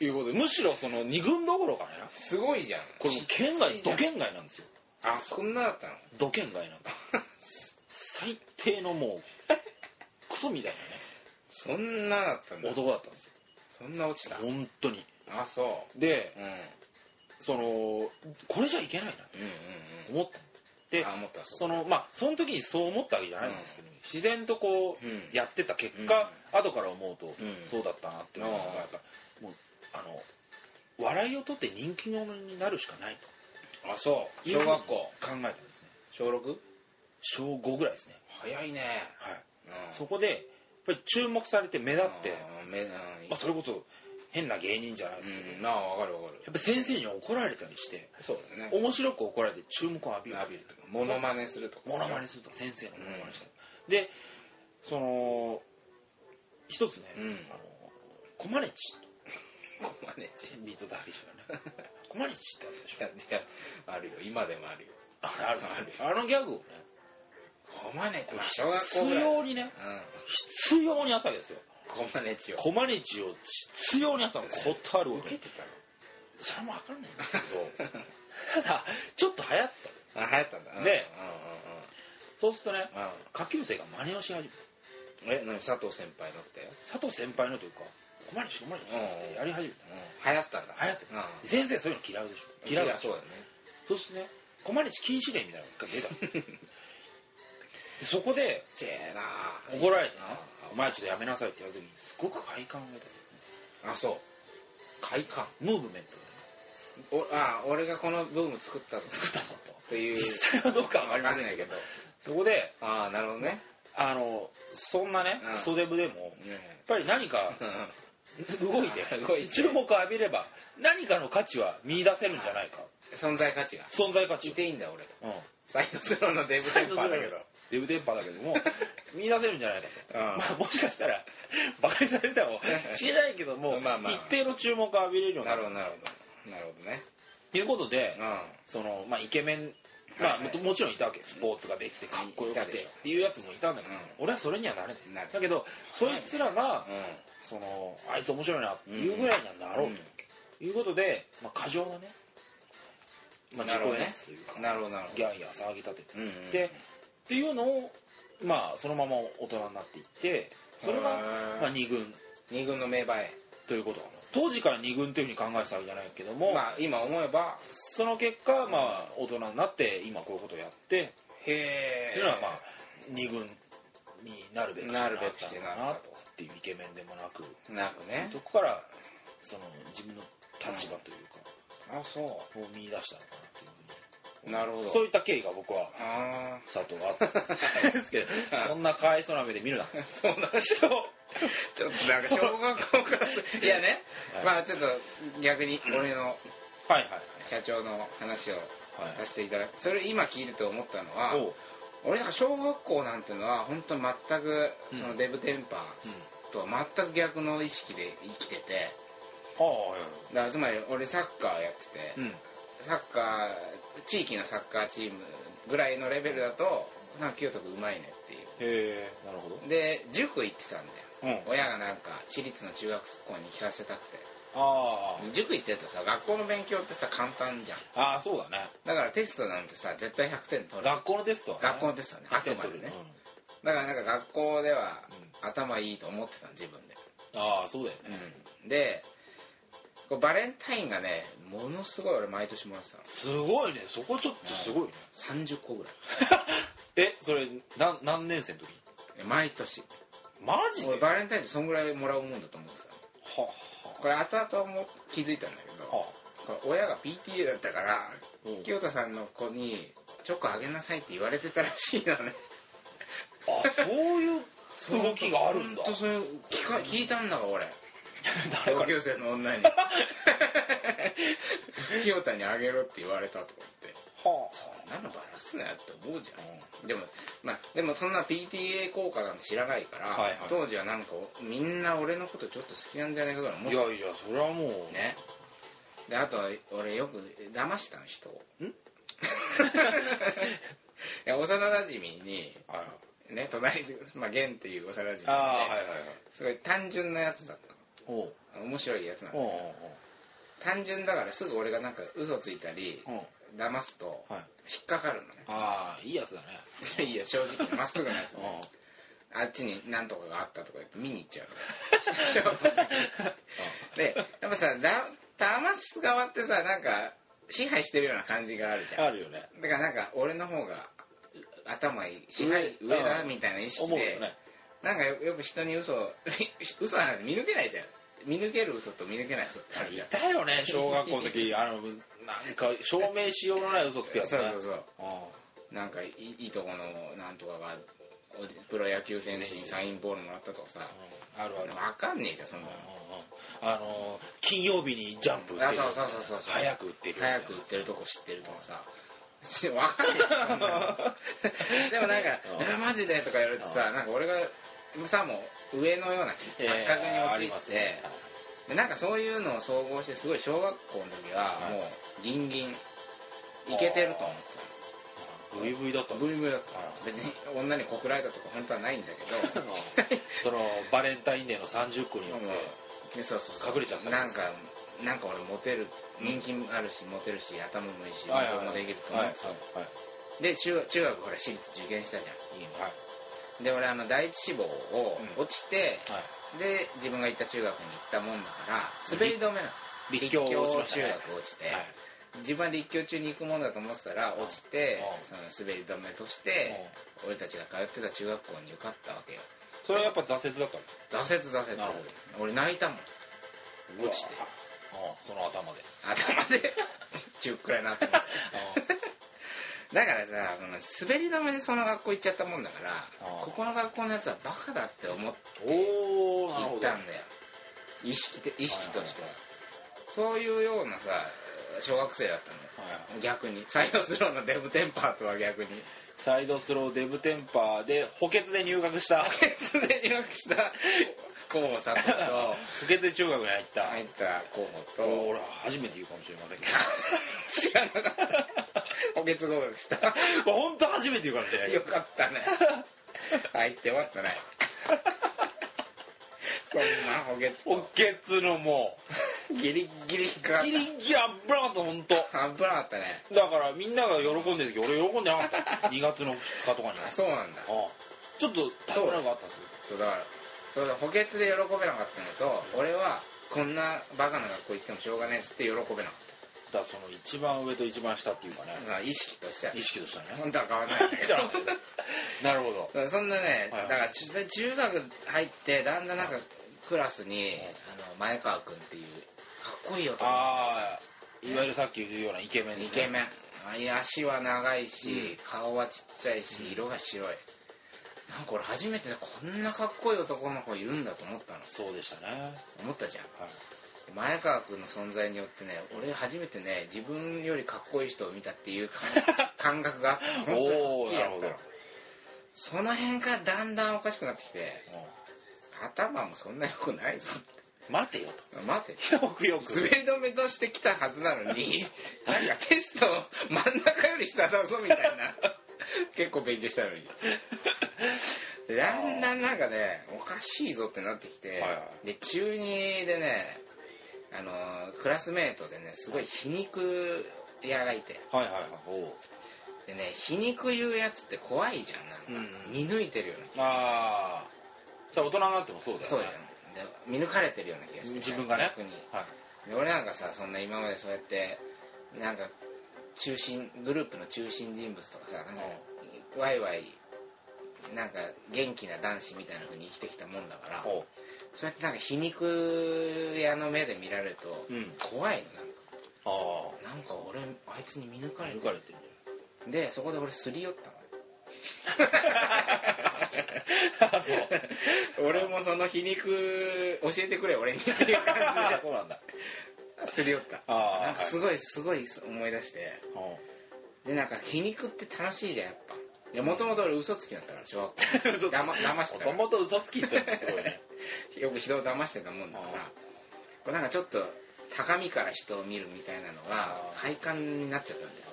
Speaker 2: いうことで、むしろその二軍どころかね、
Speaker 1: すごいじゃん
Speaker 2: これもう県外、土県外なんですよ。
Speaker 1: あそんなだったの
Speaker 2: 土県外 <laughs> なんだ。最低のもう、クソみたい
Speaker 1: そんなだったん
Speaker 2: なね、
Speaker 1: だ
Speaker 2: 男だったんですよ。
Speaker 1: そんな落ちた
Speaker 2: 本当に。
Speaker 1: あそ
Speaker 2: で
Speaker 1: う、うんうん
Speaker 2: そのこれじゃいけないなと
Speaker 1: うんうん
Speaker 2: 思ったで
Speaker 1: あ思った
Speaker 2: そうのまあその時にそう思ったわけじゃないんですけど、自然とこ
Speaker 1: うん
Speaker 2: うやってた結果、後から思うと、
Speaker 1: ん
Speaker 2: そうだったなっていうのが
Speaker 1: うん
Speaker 2: やっぱもうあの笑いを取って人気者になるしかない
Speaker 1: あそう
Speaker 2: と
Speaker 1: 小学校
Speaker 2: 考えたんですね
Speaker 1: 小 6?
Speaker 2: 小5ぐらいですね
Speaker 1: 早いね
Speaker 2: はい、
Speaker 1: うん
Speaker 2: そこでやっぱり注目されて目立って、
Speaker 1: うんめうん
Speaker 2: まあ、それこそ変な芸人じゃないですけ
Speaker 1: う
Speaker 2: ど、
Speaker 1: ん
Speaker 2: やっ
Speaker 1: まあわかるわかる
Speaker 2: ぱ先生に怒られたりして
Speaker 1: そうですね
Speaker 2: 面白く怒られて注目を浴びる
Speaker 1: ナビルとかモノマネするとか
Speaker 2: モノマネすると先生のモノマネしたり、でその一つね、
Speaker 1: うん
Speaker 2: あのコマネチ
Speaker 1: モノマネし
Speaker 2: ビートダーリッシュ <laughs> がねコマネチってあるでしょ
Speaker 1: やいやあるよ今でもあるよ
Speaker 2: ああるあるあのギャグをね
Speaker 1: コマネ
Speaker 2: こう
Speaker 1: 小学校
Speaker 2: 必
Speaker 1: ぐらいうん
Speaker 2: 要にね必要に朝ですよ
Speaker 1: コマネチを
Speaker 2: コマネチを必要に朝の断るわ
Speaker 1: 受け
Speaker 2: け
Speaker 1: てたの
Speaker 2: それも分かんないんですけど <laughs> ただちょっと流行った
Speaker 1: あ流行ったんだうん
Speaker 2: で
Speaker 1: う
Speaker 2: そうするとね
Speaker 1: んうんうん
Speaker 2: 下級生が真似をし始め
Speaker 1: うんえ何佐藤先輩のって
Speaker 2: 佐藤先輩のというかコマネチコマネチってやり始めた
Speaker 1: うん流行ったんだ
Speaker 2: 流行って
Speaker 1: うん
Speaker 2: で先生そういうの嫌うでしょ嫌うでし
Speaker 1: そう
Speaker 2: ょ
Speaker 1: だよね
Speaker 2: そうするとね、コマネチ禁止令みたいなのが出たの <laughs> でそこで
Speaker 1: ちえなあ
Speaker 2: 怒られてね
Speaker 1: あ、
Speaker 2: お前ちょっとやめなさいって言われた時に、すごく快感が出た。
Speaker 1: あそう快感
Speaker 2: ムーブメントをね
Speaker 1: おあ俺がこのブーム作ったぞ
Speaker 2: 作ったぞと。
Speaker 1: っていう
Speaker 2: 実際はどうかは分かりませんけど、そこで、
Speaker 1: ああなるほどね
Speaker 2: あの、そんなね
Speaker 1: うん、
Speaker 2: クソデブでも、やっ
Speaker 1: ね
Speaker 2: ぱり何か
Speaker 1: うん
Speaker 2: 動いて
Speaker 1: 動いて、
Speaker 2: 注目を浴びれば、何かの価値は見出せるんじゃないか。
Speaker 1: 存在価値が
Speaker 2: 存在価
Speaker 1: い
Speaker 2: 値。
Speaker 1: ていいんだ俺
Speaker 2: うん。
Speaker 1: サイドスローのデブテンパーだけど
Speaker 2: デブデンパーだけ
Speaker 1: <laughs>
Speaker 2: ども、見出せるんじゃないかと。
Speaker 1: うん
Speaker 2: まあ、もしかしたら、バカにされても知らないけども、
Speaker 1: まあまあ
Speaker 2: 一定の注目を浴びれるように
Speaker 1: な
Speaker 2: な
Speaker 1: る
Speaker 2: る
Speaker 1: ほどなるほどなるほどね
Speaker 2: ということで、
Speaker 1: う
Speaker 2: その、まあ、イケメン、まあ、
Speaker 1: はいはい
Speaker 2: もちろんいたわけスポーツができてかっこよ
Speaker 1: い
Speaker 2: く
Speaker 1: た
Speaker 2: て
Speaker 1: でしょ
Speaker 2: っていうやつもいたんだけど、
Speaker 1: うん
Speaker 2: 俺はそれにはなれない。
Speaker 1: んなる
Speaker 2: だけど、そいつらが、
Speaker 1: うん
Speaker 2: その、あいつ面白いなっていうぐらいにはなろうということで、まあ、過剰なね、まあ、
Speaker 1: なる
Speaker 2: 自己
Speaker 1: ほどね
Speaker 2: 演出というか、
Speaker 1: なるほどなるほ
Speaker 2: ギ
Speaker 1: ど
Speaker 2: ャンや騒ぎ立てて、
Speaker 1: うんうん
Speaker 2: でっていうのを、まあ、そのまま大人になっていって、それが、まあ、
Speaker 1: が
Speaker 2: 二軍
Speaker 1: 二軍の名場へ
Speaker 2: ということかな当時から二軍というふうに考えてたわけじゃないけども、
Speaker 1: まあ今思えば
Speaker 2: その結果、まあ、大人になって今こういうことをやって、
Speaker 1: へえ
Speaker 2: というのはまあ二軍になるべき
Speaker 1: なるべきしてな
Speaker 2: な
Speaker 1: る
Speaker 2: なっ
Speaker 1: かと
Speaker 2: ていうイケメンでもなく
Speaker 1: なくね
Speaker 2: そこからその自分の立場というか、
Speaker 1: あそ
Speaker 2: を見出したのかなっていう
Speaker 1: うなる
Speaker 2: ふ
Speaker 1: ほ
Speaker 2: うに
Speaker 1: ど
Speaker 2: そういった経緯が僕は
Speaker 1: あ
Speaker 2: 佐藤があったん <laughs> ですけどそんなかわいそうな目で見るな
Speaker 1: あ <laughs> そうなんだ人ちょっとなんか小学校からすいやね
Speaker 2: <laughs> はい
Speaker 1: まあちょっと逆に俺の
Speaker 2: はいはい
Speaker 1: 社長の話を
Speaker 2: はい
Speaker 1: させていただくそれ今聞いてて思ったのは
Speaker 2: おう
Speaker 1: 俺なんか小学校なんてのは本当全く
Speaker 2: うん
Speaker 1: そのデブテンパ
Speaker 2: うん
Speaker 1: ーとは全く逆の意識で生きてて
Speaker 2: ああはいはい
Speaker 1: だからつまり俺サッカーやって
Speaker 2: う
Speaker 1: て
Speaker 2: ん
Speaker 1: サッカー地域のサッカーチームぐらいのレベルだとなんか清人君うまいねってい
Speaker 2: へえなるほど
Speaker 1: うで塾行ってたんだよ
Speaker 2: うん
Speaker 1: 親がなんか私立の中学校に行かせたくて
Speaker 2: ああ
Speaker 1: 塾行ってるとさ学校の勉強ってさ簡単じゃん
Speaker 2: あああそうだね
Speaker 1: だからテストなんてさ絶対100点取る
Speaker 2: 学校のテストは、ね、
Speaker 1: 学校のテストはねあく
Speaker 2: 100点
Speaker 1: ま
Speaker 2: 取
Speaker 1: で
Speaker 2: る
Speaker 1: ね
Speaker 2: うん
Speaker 1: だからなんか学校では
Speaker 2: うん
Speaker 1: 頭いいと思ってたの自分で、
Speaker 2: ああそうだよね
Speaker 1: うん、でこうバレンタインがねものすごい俺毎年もらってたの
Speaker 2: すごいねそこちょっとすごいね、
Speaker 1: 30個ぐらい
Speaker 2: えそれな何年生の時
Speaker 1: え毎年
Speaker 2: マジで
Speaker 1: 俺バレンタインってそんぐらいもらうもんだと思ってたの
Speaker 2: は
Speaker 1: これ後々も気づいたんだけ
Speaker 2: あ
Speaker 1: ど
Speaker 2: は
Speaker 1: これ親が PTA だったから
Speaker 2: あうん
Speaker 1: 清田さんの子にチョコあげなさいって言われてたらしいのね
Speaker 2: あそういう動きがあるんだ
Speaker 1: ほとそれ聞か聞いたんだわ俺
Speaker 2: 誰
Speaker 1: 同
Speaker 2: か
Speaker 1: 級生の
Speaker 2: <laughs>
Speaker 1: 女に清田にあげろって言われたとか言って
Speaker 2: は
Speaker 1: そんなのバラすなよって思うじゃんでもまあでもそんな PTA 効果なんて知らないから、
Speaker 2: はいはい
Speaker 1: 当時はなんかみんな俺のことちょっと好きなんじゃないかぐらい思
Speaker 2: あ
Speaker 1: っ
Speaker 2: い
Speaker 1: て
Speaker 2: や
Speaker 1: た
Speaker 2: いやそれはもう
Speaker 1: ねであと俺よく騙したの人を
Speaker 2: ん
Speaker 1: <laughs> いや幼馴染に
Speaker 2: はいはい
Speaker 1: ね隣で、まあ、ゲンっていう幼馴染みで、
Speaker 2: ああはいはいはい
Speaker 1: すごい単純なやつだっ
Speaker 2: おう
Speaker 1: たの面白いやつな
Speaker 2: おうお
Speaker 1: の単純だからすぐ俺がなんか嘘ついたり
Speaker 2: うおう
Speaker 1: 騙すと
Speaker 2: はい
Speaker 1: 引っかかるの
Speaker 2: ああいいやつだね
Speaker 1: ね <laughs> いや正直まっすぐなやつ
Speaker 2: <laughs> う
Speaker 1: ね、
Speaker 2: ん
Speaker 1: あっちに何とかがあったとか言って見に行っちゃうの正直
Speaker 2: <laughs>
Speaker 1: <laughs> でやっぱさだ騙す側ってさなんか支配してるような感じがあるじゃん
Speaker 2: あるよね
Speaker 1: だからなんか俺の方がう頭いい支配上だ
Speaker 2: うん
Speaker 1: みたいな意識
Speaker 2: 思う
Speaker 1: で
Speaker 2: よね
Speaker 1: なんかよよく人に嘘 <laughs> を嘘なんて見抜けないじゃん見抜ける嘘と見抜けない嘘ってあるじゃん
Speaker 2: いたよね小学校の <laughs> 時あのなんか証明しようのない嘘つくやつ
Speaker 1: そ
Speaker 2: ね
Speaker 1: うそうそう
Speaker 2: あ
Speaker 1: なんかいいいとこのなんとかがおじプロ野球選手にサインボールもらったとかさ
Speaker 2: ああるある
Speaker 1: わかんねえじゃんそんなの
Speaker 2: あの金曜日にジャンプ打ってる
Speaker 1: あそうそうそうそうそう
Speaker 2: 早く打ってる
Speaker 1: 早く売っ
Speaker 2: <laughs>
Speaker 1: てるとこ知ってるとかさ <laughs> わかんねえじゃんそんな
Speaker 2: <laughs>
Speaker 1: のでもなんか
Speaker 2: う
Speaker 1: 「
Speaker 2: ん
Speaker 1: えマジで?」とか言われてさなんか俺がさもう上のような錯覚に
Speaker 2: あ
Speaker 1: 陥
Speaker 2: りま
Speaker 1: っ
Speaker 2: す
Speaker 1: て、
Speaker 2: ね
Speaker 1: でなんかそういうのを総合してすごい小学校の時は
Speaker 2: はい
Speaker 1: もうギンギンいけてると思って
Speaker 2: ブイブイだった
Speaker 1: た
Speaker 2: の
Speaker 1: ブイブイだっ
Speaker 2: あ
Speaker 1: た別に女に告られたとか本当はないんだけ
Speaker 2: そのバレンタインデーの30個に
Speaker 1: ど
Speaker 2: よって
Speaker 1: もうそうそうそう
Speaker 2: 隠れちゃった
Speaker 1: なんかなんか俺モテる人気もあるしモテるし頭もいいし運動もできると思
Speaker 2: は
Speaker 1: う
Speaker 2: い
Speaker 1: ん
Speaker 2: は
Speaker 1: で
Speaker 2: い
Speaker 1: すよで中学中学ほら私立受験したじゃ
Speaker 2: はい
Speaker 1: んで俺あの第一志望を
Speaker 2: うん
Speaker 1: 落ちて、
Speaker 2: はい
Speaker 1: で自分が行った中学に行ったもんだから滑り止めなの
Speaker 2: 立教落ちました
Speaker 1: 中
Speaker 2: ね
Speaker 1: 学落ちて、自分は立教中に行くもんだと思ってたら落ちて
Speaker 2: うん
Speaker 1: その滑り止めとし
Speaker 2: はい
Speaker 1: て俺たちが通ってた中学校に受かったわけよ
Speaker 2: それはやっぱ挫折だったんです
Speaker 1: 挫折挫折
Speaker 2: なるほ
Speaker 1: 俺泣いたもん
Speaker 2: よ
Speaker 1: 落ちて
Speaker 2: うわうんその頭で
Speaker 1: 頭で <laughs> 中くらいなってだか
Speaker 2: う
Speaker 1: らさこの滑り止めでその学校行っちゃったもんだから
Speaker 2: うん
Speaker 1: ここの学校のやつはバカだって思って
Speaker 2: んおおなる
Speaker 1: 行
Speaker 2: ほ
Speaker 1: っ
Speaker 2: ど
Speaker 1: たんだよ意識で意識としては
Speaker 2: は
Speaker 1: そういうようなさ小学生だったのよ
Speaker 2: はい
Speaker 1: 逆にサイドスローのデブテンパーとは逆に
Speaker 2: サイドスローデブテンパーで補欠で入学した
Speaker 1: 別で入学した候補佐藤と
Speaker 2: 補欠で中学に入った、
Speaker 1: 入った候補
Speaker 2: お
Speaker 1: と
Speaker 2: 俺初めて言うかもしれませんけ
Speaker 1: <laughs> 知らなかった補欠合格したよ
Speaker 2: ど本当初めて言うかもしれないけど
Speaker 1: かった
Speaker 2: <laughs>
Speaker 1: ね入って終わったねそんな補欠
Speaker 2: 補
Speaker 1: と
Speaker 2: 欠のも
Speaker 1: ギリギリ引っかかっ
Speaker 2: うギリギリあっぶらかった本当
Speaker 1: た危なかったね
Speaker 2: だからみんなが喜んでる時俺喜んでなかった2月の2日とかに
Speaker 1: あそうなんだ
Speaker 2: あちょっとタイムラグあったんです
Speaker 1: そうだからそうだ補欠で喜べなかったのと俺はこんなバカな学校行ってもしょうがねえっつって喜べなかっ
Speaker 2: よだからその一番上と一番下っていうかね
Speaker 1: たまあ意識としては
Speaker 2: 意識としたね
Speaker 1: 本当は変わらないんだ
Speaker 2: <laughs>
Speaker 1: けど
Speaker 2: なるほど
Speaker 1: だからそんなね、
Speaker 2: はい
Speaker 1: だから中中学入ってだんだんなんかクラスに、あの前川君っていうかっこいい男
Speaker 2: ああいわゆるさっき言うようなイケメン、ね、
Speaker 1: イケメンあいや足は長いし、
Speaker 2: うん
Speaker 1: 顔はちっちゃいし色が白いなんか俺初めてこんなかっこいい男の子いるんだと思ったの
Speaker 2: そうでしたね
Speaker 1: 思ったじゃん
Speaker 2: はい
Speaker 1: 前川君の存在によってね俺初めてね自分よりかっこいい人を見たって
Speaker 2: <laughs>
Speaker 1: いう感感覚があったの本
Speaker 2: お
Speaker 1: 当
Speaker 2: ー
Speaker 1: に
Speaker 2: な
Speaker 1: か
Speaker 2: る
Speaker 1: っこい
Speaker 2: ほ
Speaker 1: い
Speaker 2: ど
Speaker 1: やったのその辺からだんだんおかしくなってきて頭もそんな良くないぞ
Speaker 2: 待てよ
Speaker 1: 待て
Speaker 2: とよくよ
Speaker 1: 滑り止めとしてきたはずなのに
Speaker 2: <laughs>
Speaker 1: なんかテスト真ん中より下だぞみたいな結構勉強したのにだんだんなんかねおかしいぞってなってきて、
Speaker 2: はいはい
Speaker 1: で中2でねあのークラスメートでねすごい皮肉やがいて
Speaker 2: はいはいはいおう
Speaker 1: でね皮肉言うやつって怖いじゃんなんか、
Speaker 2: うん
Speaker 1: 見抜いてるような気が
Speaker 2: ああそれ大人になってもそうだよね
Speaker 1: そうだよ、ね、で見抜かれてるような気がして
Speaker 2: 自分がね
Speaker 1: 逆に
Speaker 2: はい
Speaker 1: で俺なんかさそんな今までそうやってなんか中心グループの中心人物とかさなんかワイワイなんか元気な男子みたいな風に生きてきたもんだから
Speaker 2: おう
Speaker 1: そうやってなんか皮肉屋の目で見られると
Speaker 2: うん
Speaker 1: 怖いのなんか
Speaker 2: ああ
Speaker 1: なんか俺あいつに見抜かれ
Speaker 2: 抜
Speaker 1: て
Speaker 2: か
Speaker 1: る
Speaker 2: れてる
Speaker 1: でそこで俺すり寄ったの <laughs> <laughs> 俺もその皮肉教えてくれ俺にっていう感
Speaker 2: <laughs> そうなんだ
Speaker 1: じ <laughs> ですり寄った
Speaker 2: ああ
Speaker 1: なんかすごいすごい思い出して
Speaker 2: おう
Speaker 1: でなんか皮肉って楽しいじゃんやっぱいやもともと俺嘘つきだったから小学校
Speaker 2: 嘘つき
Speaker 1: だま騙してたか
Speaker 2: もと
Speaker 1: ら
Speaker 2: もと嘘つきっていうのがすごいね
Speaker 1: よく人を騙してたもんだか
Speaker 2: あ
Speaker 1: らこうなんかちょっと高みから人を見るみたいなのが
Speaker 2: あ
Speaker 1: 快感になっちゃったんだよ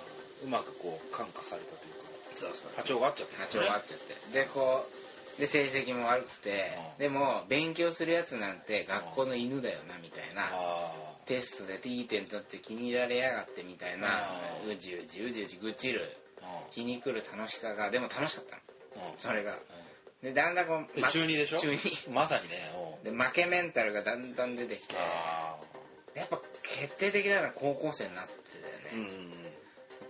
Speaker 2: うまくこう感化されたというか
Speaker 1: そうそう
Speaker 2: 波長が合っちゃった
Speaker 1: 波長が合っちゃってでこうで成績も悪くて
Speaker 2: うん
Speaker 1: でも勉強するやつなんて学校の犬だよなみたいな
Speaker 2: あ
Speaker 1: テストでいい点取って気に入られやがってみたいな
Speaker 2: あー
Speaker 1: うじうじうじうじ愚痴る
Speaker 2: あ
Speaker 1: 皮肉る楽しさがでも楽しかったの
Speaker 2: うん
Speaker 1: それがでだんだんこう、
Speaker 2: で中二でしょ
Speaker 1: 中二
Speaker 2: まさにねおう
Speaker 1: で負けメンタルがだんだん出てきて
Speaker 2: あ
Speaker 1: やっぱ決定的なのは高校生になって
Speaker 2: あ
Speaker 1: た
Speaker 2: う
Speaker 1: よね、
Speaker 2: ん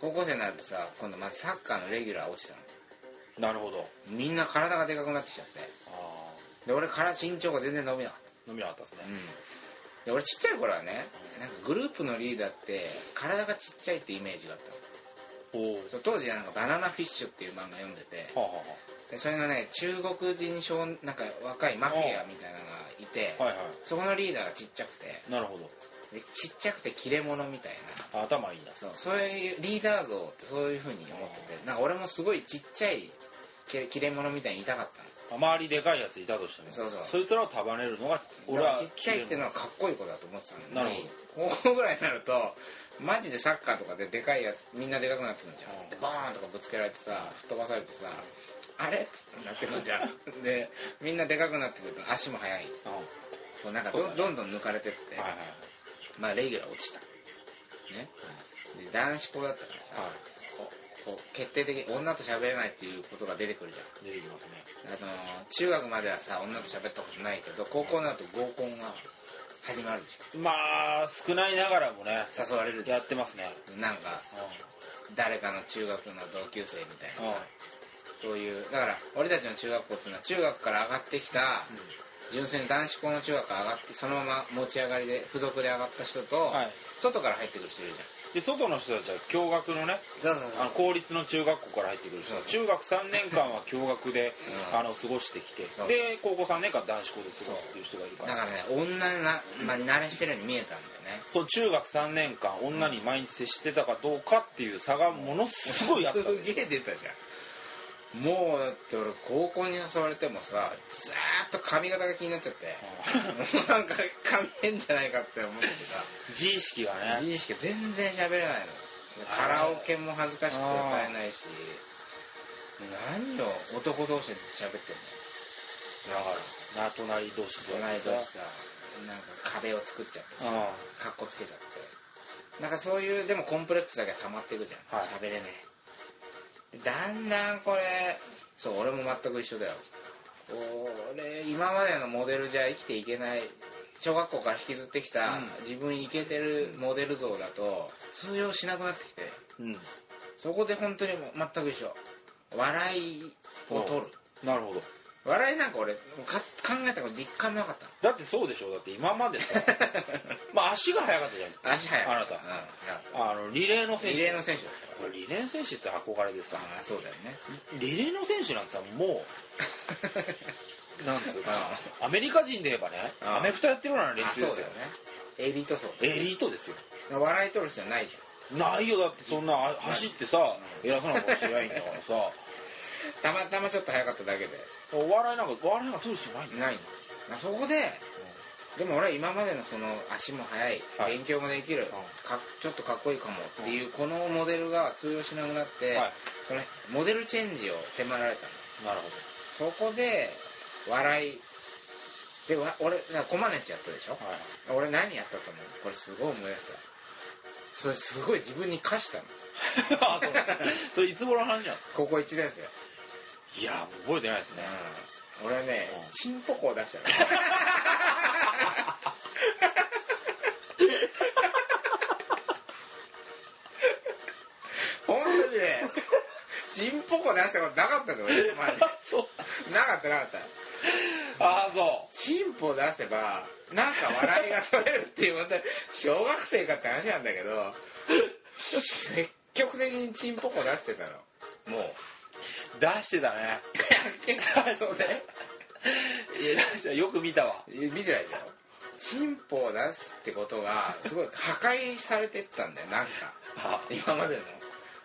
Speaker 1: 高校生になるとさ今度まずサッカーのレギュラー落ちたの
Speaker 2: なるほど
Speaker 1: みんな体がでかくなってきちゃって
Speaker 2: あ
Speaker 1: で俺から身長が全然伸びなかっ
Speaker 2: あ飲みなかったです
Speaker 1: た、
Speaker 2: ね
Speaker 1: で俺ちっちゃい頃はねなんかグループのリーダーって体がちっちゃいってイメージがあったの
Speaker 2: おう
Speaker 1: そう当時はなんか「バナナフィッシュ」っていう漫画読んでて
Speaker 2: はあは
Speaker 1: でそれがね中国人少なんか若いマフィアみたいなのがいて
Speaker 2: あはあはいは
Speaker 1: そこのリーダーがちっちゃくて
Speaker 2: いなるほど
Speaker 1: でちっちゃくて切れ者みたいな
Speaker 2: あ頭いいな
Speaker 1: そうそういうリーダー像ってそういうふうに思っててなんか俺もすごいちっちゃいけ切れ者みたいにいたかったの
Speaker 2: 周りでかいやついたとしても
Speaker 1: そうそう
Speaker 2: そいつらを束ねるのが俺
Speaker 1: だか
Speaker 2: は
Speaker 1: らちっちゃいっていうのはかっこいいことだと思ってたの
Speaker 2: な
Speaker 1: に
Speaker 2: る
Speaker 1: 高校ぐらいになるとマジでサッカーとかででかいやつみんなでかくなってくるじゃ
Speaker 2: うんん
Speaker 1: でボーンとかぶつけられてさ吹っ飛ばされてさあれっつってなってくるじゃ
Speaker 2: <laughs>
Speaker 1: んでみんなでかくなってくると足も速い
Speaker 2: うんはい
Speaker 1: こうなんか
Speaker 2: そう
Speaker 1: ど,、
Speaker 2: だね
Speaker 1: どんどん抜かれてって、
Speaker 2: はい
Speaker 1: まあレギュラー落ちたねで男子校だったからさ、
Speaker 2: は
Speaker 1: こうこう決定的に女と喋れないっていうことが出てくるじゃん
Speaker 2: い出てきますね
Speaker 1: あのー中学まではさ女と喋ったことないけど高校になると合コンが始まるでし
Speaker 2: まあ少ないながらもね
Speaker 1: ょ誘われるじゃ
Speaker 2: やってますね
Speaker 1: んなんか誰かの中学の同級生みたいなさそういうだから俺たちの中学校っていうのは中学から上がってきた純粋に男子校の中学から上がってそのまま持ち上がりで付属で上がった人と、
Speaker 2: はい
Speaker 1: 外から入ってくる人いるじ
Speaker 2: で外の人たちは共学のね
Speaker 1: ゃんそう
Speaker 2: あの公立の中学校から入ってくる人
Speaker 1: そう
Speaker 2: 中学3年間は共学で
Speaker 1: うん
Speaker 2: あの過ごしてきて
Speaker 1: そう
Speaker 2: で高校3年間男子校で過ごすっていう人がいるか
Speaker 1: だかららね女な、まあ、慣れしてるように見えたんだよね
Speaker 2: そう中学3年間女に毎日接してたかどうかっていう差がものすごいあった
Speaker 1: すげえ出たじゃんもうだって俺高校に誘われてもさずーっと髪型が気になっちゃってもうなんか髪変じゃないかって思ってさ
Speaker 2: 自意識がね
Speaker 1: 自意識全然喋れないのカラオケも恥ずかしくて歌えないし何を男同士でずっと喋ってん
Speaker 2: だからな隣同士座
Speaker 1: の
Speaker 2: っ
Speaker 1: 同
Speaker 2: て
Speaker 1: い年
Speaker 2: さ
Speaker 1: さなんか壁を作っちゃって
Speaker 2: うん
Speaker 1: さかっこつけちゃってなんかそういうでもコンプレックスだけ溜まっていくじゃん、
Speaker 2: はい
Speaker 1: 喋れねえだんだんこれそう俺も全く一緒だよ俺今までのモデルじゃ生きていけない小学校から引きずってきた、
Speaker 2: うん
Speaker 1: 自分イケてるモデル像だと通用しなくなってきて
Speaker 2: うん
Speaker 1: そこで本当にもう全く一緒笑いを取る
Speaker 2: なるほど
Speaker 1: 笑いなんか俺か考えたこと一回もなかった
Speaker 2: だってそうでしょだって今ま
Speaker 1: <laughs>
Speaker 2: でさまあ足が速かったじゃん
Speaker 1: の足速い
Speaker 2: あなた
Speaker 1: うん
Speaker 2: あのリレーの
Speaker 1: 速いリ
Speaker 2: 選手
Speaker 1: レーの選手だった
Speaker 2: これリレーの選手って憧れでさ
Speaker 1: ああそうだよね
Speaker 2: リレーの選手なんてさもう <laughs> なんつうかなアメリカ人で言えばね
Speaker 1: あ
Speaker 2: アメフトやってるような連
Speaker 1: あ
Speaker 2: 中
Speaker 1: そうだ
Speaker 2: ですよ
Speaker 1: よねエリート層
Speaker 2: エリートですよ
Speaker 1: 笑い取る必要ないじ
Speaker 2: ないよだってそんなあ走ってさ
Speaker 1: うん
Speaker 2: 偉そうなことしないいんだからさ
Speaker 1: ゃんたまたまちょっと早かっただけで
Speaker 2: <laughs> お笑いなんかお笑いなんか取る必要ないんだよ
Speaker 1: ないのそこででも俺は今までのその足も速い
Speaker 2: はい
Speaker 1: 勉強もできる、
Speaker 2: ん
Speaker 1: かちょっとかっこいいかもっていうこのモデルが通用しなくなって、
Speaker 2: はい
Speaker 1: そのモデルチェンジを迫られたの
Speaker 2: なる
Speaker 1: そこで笑いでわ俺なコマネチやったでしょ
Speaker 2: はい
Speaker 1: 俺何やったと思うこれすごい思い出したそれすごい自分に課したの
Speaker 2: あそう <laughs> それいつ頃の話なんですか
Speaker 1: 高校1年生
Speaker 2: いや覚えてないですね
Speaker 1: うん俺ね
Speaker 2: うん
Speaker 1: チンポコを出したの本当にねチンポコ出したことなかったの俺前に
Speaker 2: あ <laughs> そう
Speaker 1: なかったなかった
Speaker 2: あそ
Speaker 1: チンポ出せば、なんか笑いが取れるっていう、また、小学生かって話なんだけど、積極的にチンポコ出してたの。
Speaker 2: うも <laughs> う出してたね
Speaker 1: 結構そうね。
Speaker 2: いや出してたよく見たわ
Speaker 1: 見てないじゃん。チンポを出すってことが、すごい破壊されてったんだよ、なんか。
Speaker 2: あ
Speaker 1: 今までの、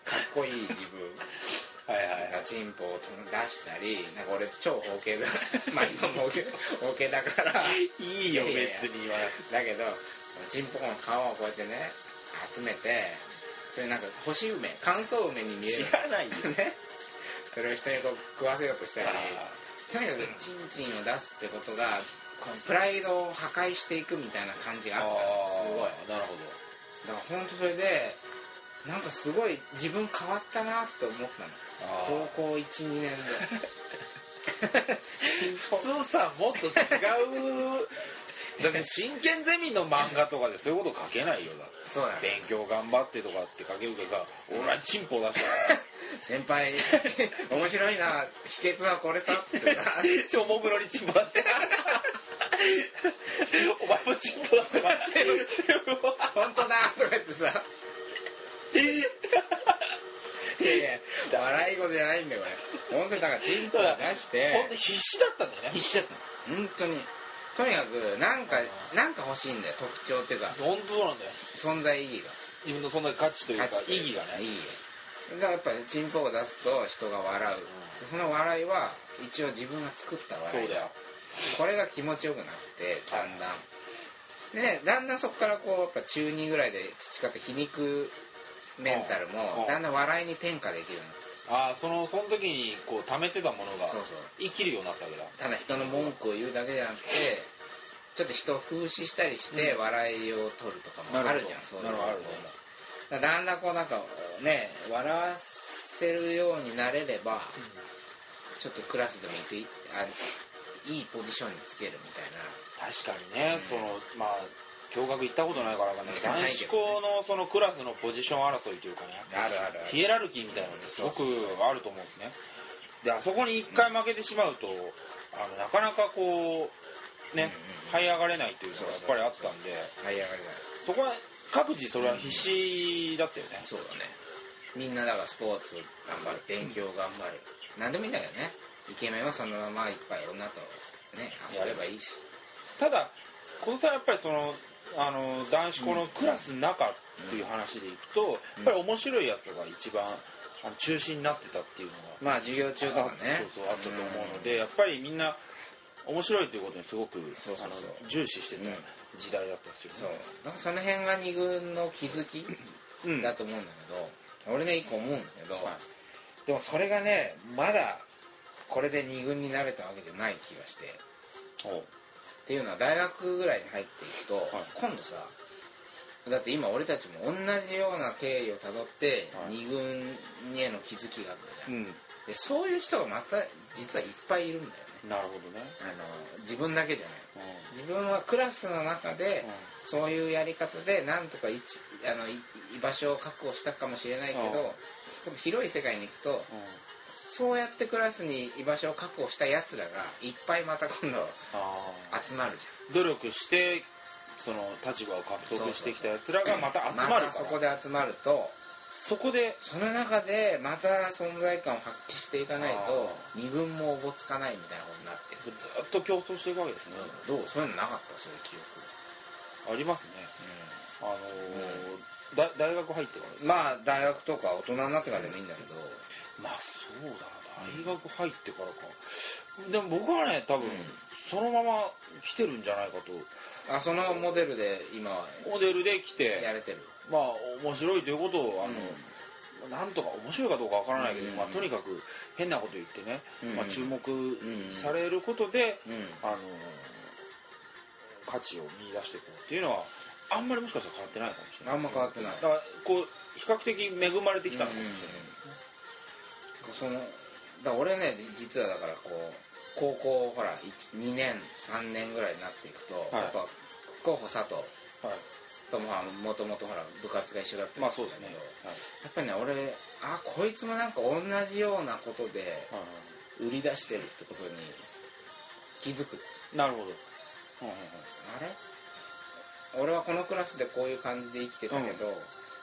Speaker 1: かっこいい自分
Speaker 2: はいはいは
Speaker 1: が
Speaker 2: い
Speaker 1: チンポを出したり、なんか俺超方形だ。 <laughs> まあ今も方形方形だから。
Speaker 2: いいよ
Speaker 1: いやいやいや
Speaker 2: 別に言わなくて
Speaker 1: だけど、チンポコの皮をこうやってね、集めて、それなんか干し梅、乾燥梅に見え
Speaker 2: 知らないよ
Speaker 1: る。 <laughs> ね。それを人にこう食わせようとしたり、
Speaker 2: あ
Speaker 1: とにかくチンチンを出すってことが、このプライドを破壊していくみたいな感じ
Speaker 2: ー
Speaker 1: があったのすごい。
Speaker 2: なるほど
Speaker 1: だから本当それで、なんかすごい自分変わったなって思った
Speaker 2: あ
Speaker 1: の。
Speaker 2: ー
Speaker 1: 高校1、2年で。チンポコ
Speaker 2: 普通さもっと違うだって真剣ゼミの漫画とかでそういうこと書けないよだって
Speaker 1: <laughs> そうだね。
Speaker 2: 勉強頑張ってとかって書けるけどさ俺はチンポ出すから
Speaker 1: 先輩、面白いな、秘訣はこれ <laughs> さ、ってさ。
Speaker 2: 超もぐろにチンポ出してお前もチンポ出してま
Speaker 1: 本当だとか言ってさ、いやいや、笑い事じゃないんだよ、これ。本当にだから、チンポ出し
Speaker 2: ほんと
Speaker 1: て、
Speaker 2: 必死だったんだよね
Speaker 1: 必死だったの本当に。とにかく、なんか、なんか欲しいんだよ、特徴っていうか、
Speaker 2: 本当そうなんだよ
Speaker 1: 存在意義が。
Speaker 2: 自分のそんな価値というか
Speaker 1: 価値と
Speaker 2: 意
Speaker 1: い
Speaker 2: 義
Speaker 1: う
Speaker 2: が
Speaker 1: か
Speaker 2: ね
Speaker 1: 意義が。だからやっぱり、チンポを出すと人が笑う。その笑いは、一応自分が作った
Speaker 2: そう
Speaker 1: 笑い
Speaker 2: だよ
Speaker 1: これが気持ちよくなって、だんだん。で、だんだんそこからこう、やっぱ中2ぐらいで培った皮肉メンタル
Speaker 2: うんう
Speaker 1: も
Speaker 2: ん、
Speaker 1: だんだん笑いに転化できるようになって
Speaker 2: ああそのその時にこう溜めてたものが
Speaker 1: そうそう。
Speaker 2: 生きるようになったわけだ
Speaker 1: ただ人の文句を言うだけじゃなくて、ちょっと人を風刺したりして
Speaker 2: うん
Speaker 1: 笑いを取るとかもあるじゃん、そういう
Speaker 2: な
Speaker 1: の
Speaker 2: るほどあるね
Speaker 1: だからだんだんこうなんかね、笑わせるようになれれば、ちょっとクラスでもいくあいいポジションにつけるみたいな。
Speaker 2: 確かにね、
Speaker 1: うん
Speaker 2: そのまあ共学行ったことないからわかんないけど
Speaker 1: ない
Speaker 2: 男
Speaker 1: けどね
Speaker 2: 子校のそのクラスのポジション争いというかね
Speaker 1: あるあるあ
Speaker 2: ヒエラルキーみたいなのってすごくあると思うんですねであそこに一回負けてしまうとあのなかなかこうね
Speaker 1: うんうん
Speaker 2: 這い上がれないというのがやっぱりあったんで
Speaker 1: はい、上がりだ。
Speaker 2: そこは各自それは必死だったよね
Speaker 1: そうだね。みんなだからスポーツ頑張る、勉強頑張る。何でもいいんだけどね。イケメンはそのままいっぱい女とね、遊べばいいし。
Speaker 2: ただこの際やっぱりそのあの男子校のクラスの中っていう話でいくと
Speaker 1: う
Speaker 2: や
Speaker 1: ん
Speaker 2: っぱり面白いやつが一番あの中心になってたっていうのが
Speaker 1: まあ授業中とかね。
Speaker 2: そうそうあったと思うので、やっぱりみんな面白いということにすごく
Speaker 1: そうそうそう
Speaker 2: あの重視して
Speaker 1: うん、
Speaker 2: た時代だったんですよ
Speaker 1: そう
Speaker 2: ね、
Speaker 1: なんかその辺が二軍の気づき
Speaker 2: うん
Speaker 1: だと思うんだけど、俺ね、一個思うんだけど、
Speaker 2: はい
Speaker 1: でもそれがね、まだこれで二軍になれたわけじゃない気がして、
Speaker 2: おう
Speaker 1: っていうのは大学ぐらいに入っていくと、
Speaker 2: い
Speaker 1: 今度さ、だって今俺たちも同じような経緯をたどって、
Speaker 2: はい
Speaker 1: 二軍への気づきがあったじゃん
Speaker 2: う、ん
Speaker 1: で。そういう人がまた実はいっぱいいるんだよね。
Speaker 2: なるほどね、
Speaker 1: あの、自分だけじゃない。
Speaker 2: うん
Speaker 1: 自分はクラスの中で、
Speaker 2: うん
Speaker 1: そういうやり方で、なんとか一あのい居場所を確保したかもしれないけど、
Speaker 2: うん
Speaker 1: 今度広い世界に行くと、そうやってクラスに居場所を確保した奴らが、いっぱいまた今度
Speaker 2: ああ
Speaker 1: 集まるじ
Speaker 2: 努力してその立場を獲得してきたやつら
Speaker 1: ゃ
Speaker 2: が
Speaker 1: ん。
Speaker 2: また集まる
Speaker 1: また
Speaker 2: か
Speaker 1: そ
Speaker 2: ら、
Speaker 1: こで集まると、
Speaker 2: そこで
Speaker 1: その中でまた存在感を発揮していかないと
Speaker 2: あ、
Speaker 1: 二軍もおぼつかないみたいなことになって
Speaker 2: ず
Speaker 1: る。
Speaker 2: っと競争していくわけですね、
Speaker 1: どうそういうのなかったそういう記憶。
Speaker 2: ありますねあのーだ大学入ってから
Speaker 1: うんまあ、大学とか大人になってからでもいいんだけど、
Speaker 2: まあそうだな大学入ってからか、でも僕はね多分、
Speaker 1: うん
Speaker 2: そのまま来てるんじゃないかと
Speaker 1: あそのモデルで今は
Speaker 2: モデルで来
Speaker 1: や
Speaker 2: て
Speaker 1: れてる。
Speaker 2: まあ面白いということをあの、
Speaker 1: う
Speaker 2: なんとか面白いかどうかわからないけど、
Speaker 1: うん
Speaker 2: まあ、とにかく変なこと言ってね、
Speaker 1: ん
Speaker 2: まあ、注目
Speaker 1: うん
Speaker 2: されることで、
Speaker 1: うん
Speaker 2: あの価値を見出していこうっていうのはあんまりもしかしたら変わってないかもしれない
Speaker 1: あんま変わってない
Speaker 2: だからこう比較的恵まれてきたのかもしれない、
Speaker 1: そのだから俺ね実はだからこう高校ほら2年3年ぐらいになっていくと、
Speaker 2: は
Speaker 1: やっ
Speaker 2: い
Speaker 1: ぱ候補佐藤
Speaker 2: はい
Speaker 1: とももともとほら部活が一緒だった
Speaker 2: まあそうですね、
Speaker 1: ん
Speaker 2: はい
Speaker 1: だけどやっぱりね俺あこいつもなんか同じようなことで
Speaker 2: はいは
Speaker 1: 売り出してるってことに気づく
Speaker 2: い、なるほど、うんうんうん
Speaker 1: あれ俺はこのクラスでこういう感じで生きてたけど、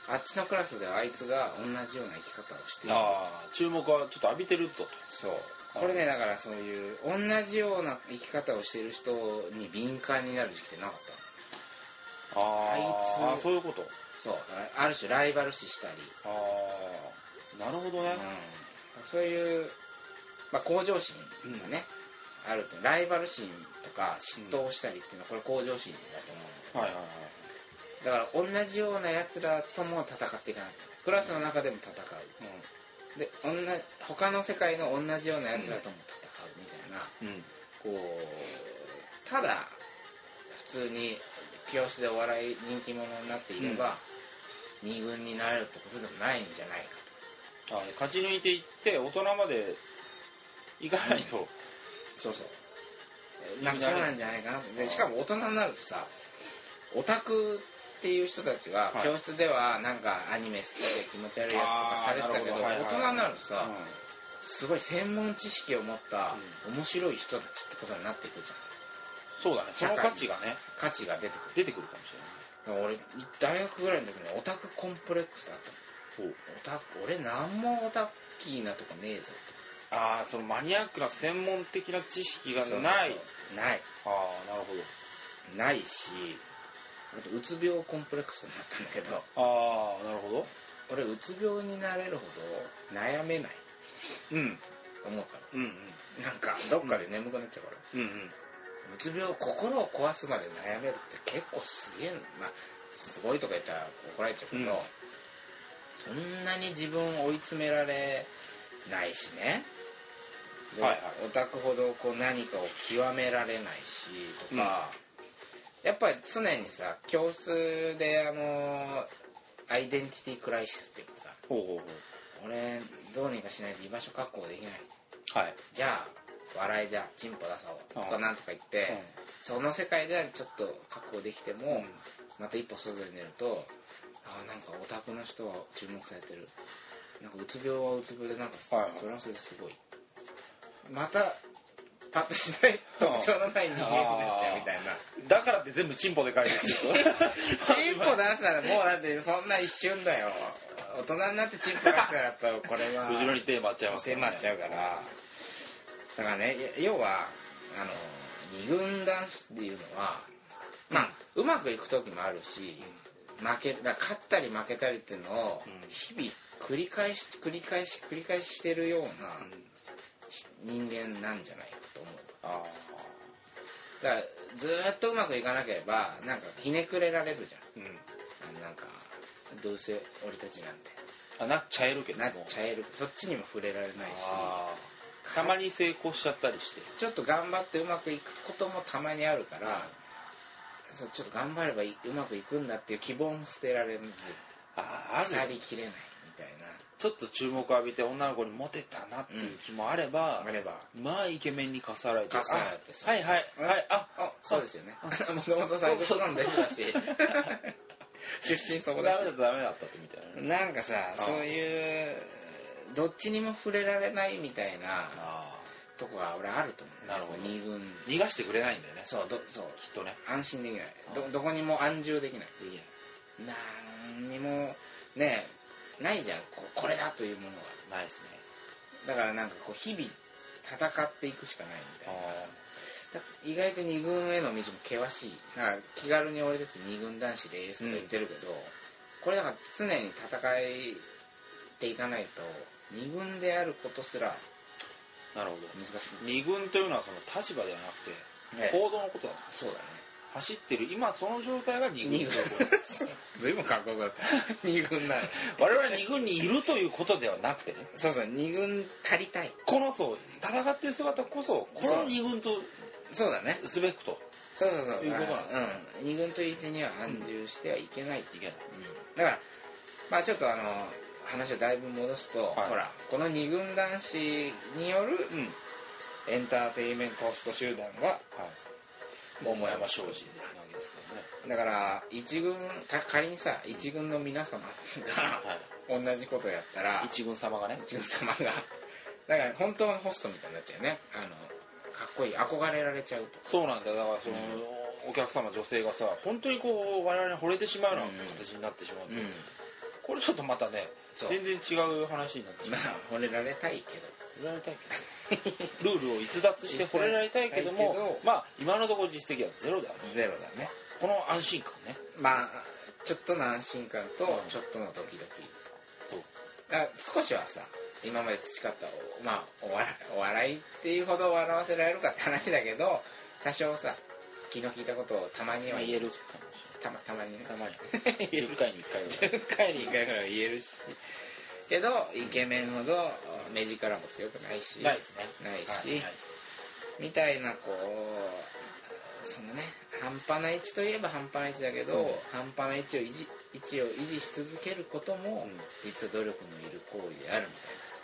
Speaker 1: あっちのクラスではあいつが同じような生き方をしている
Speaker 2: ああ注目はちょっと浴びてるぞと
Speaker 1: そうこれねだからそういう同じような生き方をしてる人に敏感になる時期ってなかった
Speaker 2: あー
Speaker 1: あいつ
Speaker 2: そういうこと
Speaker 1: そうあある種ライバル視したり、
Speaker 2: ああなるほど
Speaker 1: う
Speaker 2: ね
Speaker 1: ん、そういう、まあ、向上心がね、あるとライバル心とか嫉妬をしたりっていうのはこれ向上心だと思うんだけど
Speaker 2: はいはいはい
Speaker 1: だから同じようなやつらとも戦っていかないクラスの中でも戦うで同じ他の世界の同じようなやつらとも戦うみたいな、
Speaker 2: うん、うん、
Speaker 1: こうただ普通に教室でお笑い人気者になっていれば、二軍になれるってことでもないんじゃないか
Speaker 2: あー勝ち抜いていって大人までいかないと、
Speaker 1: とそうそうなんかそうなんじゃないかなとでしかも大人になるとさオタクっていう人たちは
Speaker 2: はい
Speaker 1: 教室ではなんかアニメ好きで気持ち悪いやつとかされてたけど
Speaker 2: あーなるほどはいは
Speaker 1: 大人に
Speaker 2: い
Speaker 1: なると
Speaker 2: う
Speaker 1: さすごい専門知識を持った面白い人たちってことになっていくじゃん
Speaker 2: そうだねその価値がね
Speaker 1: 価値が出てくる
Speaker 2: 出てくるかもしれない
Speaker 1: 俺大学ぐらいの時にオタクコンプレックスだったのオタク俺なんもオタッキーなとこねえぞ
Speaker 2: ああそのマニアックな専門的な知識がない
Speaker 1: ない
Speaker 2: ああなるほど
Speaker 1: ないしあとうつ病コンプレックスになったんだけど
Speaker 2: ああなるほど
Speaker 1: 俺うつ病になれるほど悩めない
Speaker 2: うん
Speaker 1: と思った
Speaker 2: うん
Speaker 1: のなんかどっかで眠くなっちゃうから、
Speaker 2: うんうん
Speaker 1: うつ病心を壊すまで悩めるって結構すげえまあすごいとか言ったら怒られちゃうけど、
Speaker 2: うん
Speaker 1: そんなに自分を追い詰められないしねで
Speaker 2: はいはい
Speaker 1: オタクほどこう何かを極められないしとか、やっぱり常にさ教室であのアイデンティティクライシスっていうかさ
Speaker 2: ほうほうほ
Speaker 1: 俺どうにかしないと居場所確保できないう
Speaker 2: はい、
Speaker 1: じゃあ笑いだチンポ出そうとかなんとか言って、その世界ではちょっと確保できても、また一歩外に出ると、ああ、なんかオタクの人は注目されてる。なんかうつ病はうつ病で、なんか、
Speaker 2: はいはい
Speaker 1: それはそれですごい。また、パッとしない特徴のない人間になっちゃうみたいな。
Speaker 2: だからって全部チンポで書いてる <laughs>
Speaker 1: チンポ出したらもうだってそんな一瞬だよ。大人になってチンポ出したらやっぱこれは。
Speaker 2: 後ろにテーマあっちゃいます
Speaker 1: 手になっちゃうから、だからね、い要は、あの、二軍男子っていうのは、まあ、うまくいく時もあるし、負け、だ勝ったり負けたりっていうのを
Speaker 2: うん、
Speaker 1: 日々繰り返し、繰り返し、繰り返ししてるような
Speaker 2: うん
Speaker 1: 人間なんじゃないかと思う。
Speaker 2: ああ
Speaker 1: だから、ずーっとうまくいかなければ、なんかひねくれられるじゃん
Speaker 2: うん。
Speaker 1: あのなんか、どうせ俺たちなんて、
Speaker 2: あなっちゃえるけども
Speaker 1: なっちゃえる。そっちにも触れられないし、
Speaker 2: あーたまに成功しちゃったりして
Speaker 1: ちょっと頑張ってうまくいくこともたまにあるから、そうちょっと頑張ればいうまくいくんだっていう希望も捨てられず、
Speaker 2: あーあ
Speaker 1: 腐
Speaker 2: る
Speaker 1: りきれないみたい
Speaker 2: ちょっと注目浴びて女の子にモテたなっていう気もあれば、
Speaker 1: な、あれば、
Speaker 2: まあイケメンにかさられて
Speaker 1: かさられて
Speaker 2: あはいはい
Speaker 1: うん
Speaker 2: はいあ
Speaker 1: あ、そうですよね。もともと最初からの出てたし、
Speaker 2: <laughs>
Speaker 1: 出身そこだ
Speaker 2: ダ
Speaker 1: し
Speaker 2: メだ。ったダメだったってみたいなね
Speaker 1: なんかさ、
Speaker 2: あ
Speaker 1: そういう、どっちにも触れられないみたいな
Speaker 2: あ
Speaker 1: とこが俺あると思う。
Speaker 2: なるほど
Speaker 1: 二軍。
Speaker 2: ー逃がしてくれないんだよね
Speaker 1: そう、ど、そう。
Speaker 2: きっとね
Speaker 1: 安心できない。
Speaker 2: あ
Speaker 1: ど、どこにも安住できない。なんにもねないじゃんここれだというものが
Speaker 2: ないですね
Speaker 1: だからなんかこう日々戦っていくしかないみたいな
Speaker 2: あ
Speaker 1: だ意外と二軍への道も険しいなんか気軽に俺です二軍男子ですとか言ってるけど、これだから常に戦っていかないと二軍であることすら
Speaker 2: ーなるほど
Speaker 1: 難しく
Speaker 2: 二軍というのはその立場ではなく
Speaker 1: ね
Speaker 2: て行動のことだ
Speaker 1: そうだね
Speaker 2: 走ってる今その状態が二軍
Speaker 1: 二軍 <laughs> 随分かっこよかった <laughs> 二軍なの
Speaker 2: <laughs> 我々二軍にいるということではなくてね
Speaker 1: そうそう二軍足りたい
Speaker 2: このそう戦ってる姿こそこの二軍と
Speaker 1: そうだね
Speaker 2: すべくと
Speaker 1: そうそうそう
Speaker 2: いうことなんですね
Speaker 1: うん、2軍という位置には安住してはいけない、
Speaker 2: いけない。
Speaker 1: だからまあちょっとあの話をだいぶ戻すと、
Speaker 2: はい
Speaker 1: ほらこの2軍男子による
Speaker 2: うん。
Speaker 1: エンターテインメントホスト集団が
Speaker 2: はい。
Speaker 1: 桃
Speaker 2: 桃
Speaker 1: 山
Speaker 2: 山
Speaker 1: 商
Speaker 2: 商
Speaker 1: 事
Speaker 2: 事なわけですからね。
Speaker 1: だから一軍た仮にさ一軍の皆様
Speaker 2: <laughs>
Speaker 1: が
Speaker 2: は
Speaker 1: <laughs> 同じことやったら
Speaker 2: い。一軍様がね。
Speaker 1: 一軍様がだから本当のホストみたいになっちゃうよねあのかっこいい憧れられちゃうと
Speaker 2: そうなんだよ。だからその、お客様女性がさ、本当にこう、我々に惚れてしまうような形になってしまう。
Speaker 1: うん
Speaker 2: これちょっとまたね、
Speaker 1: そう
Speaker 2: 全然違う話になってし
Speaker 1: ま
Speaker 2: ま
Speaker 1: あ
Speaker 2: う。
Speaker 1: 惚れられたいけど
Speaker 2: 惚れられたい <laughs> けど。ルールを逸脱して惚れられたいけ
Speaker 1: 逸脱
Speaker 2: ども
Speaker 1: したいけど、
Speaker 2: まあ、今のところ実績はゼロである。
Speaker 1: ゼロだね
Speaker 2: この安心感ね。
Speaker 1: まあちょっとの安心感と
Speaker 2: うん
Speaker 1: ちょっとのドキドキ
Speaker 2: そう。
Speaker 1: だ少しはさ今まで培ったお,、まあ、お笑いお笑いっていうほど笑わせられるかって話だけど多少さ気の利いたことをたまには
Speaker 2: 言えるかもした
Speaker 1: またまにね
Speaker 2: れない。たま
Speaker 1: 言
Speaker 2: に。
Speaker 1: える
Speaker 2: 10回に1回ぐ
Speaker 1: <laughs>
Speaker 2: らい。
Speaker 1: 10回に1回ぐらいは言えるしけどイケメンほど目力も強くないし
Speaker 2: ないですね。
Speaker 1: ないし
Speaker 2: はいないです
Speaker 1: みたいなこうそのね半端な位置といえば半端な位置だけど、
Speaker 2: うん
Speaker 1: 半端な位置を維持位置を維持し続けることも、
Speaker 2: うん
Speaker 1: 実は努力のいる行為であるみたいなさ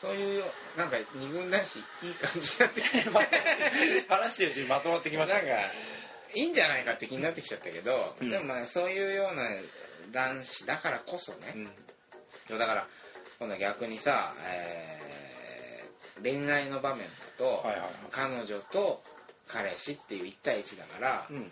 Speaker 1: そういうよなんか二軍男子いい感じになってき <laughs> てなんか
Speaker 2: 話してるうちにまとまってきましたね
Speaker 1: いいんじゃないかって気になってきちゃったけど、
Speaker 2: うん
Speaker 1: でもまあそういうような男子だからこそね、
Speaker 2: うん
Speaker 1: いやだから今度は逆にさ、えー恋愛の場面だと、
Speaker 2: はいはいはい
Speaker 1: 彼女と彼氏っていう1対1だから、
Speaker 2: うん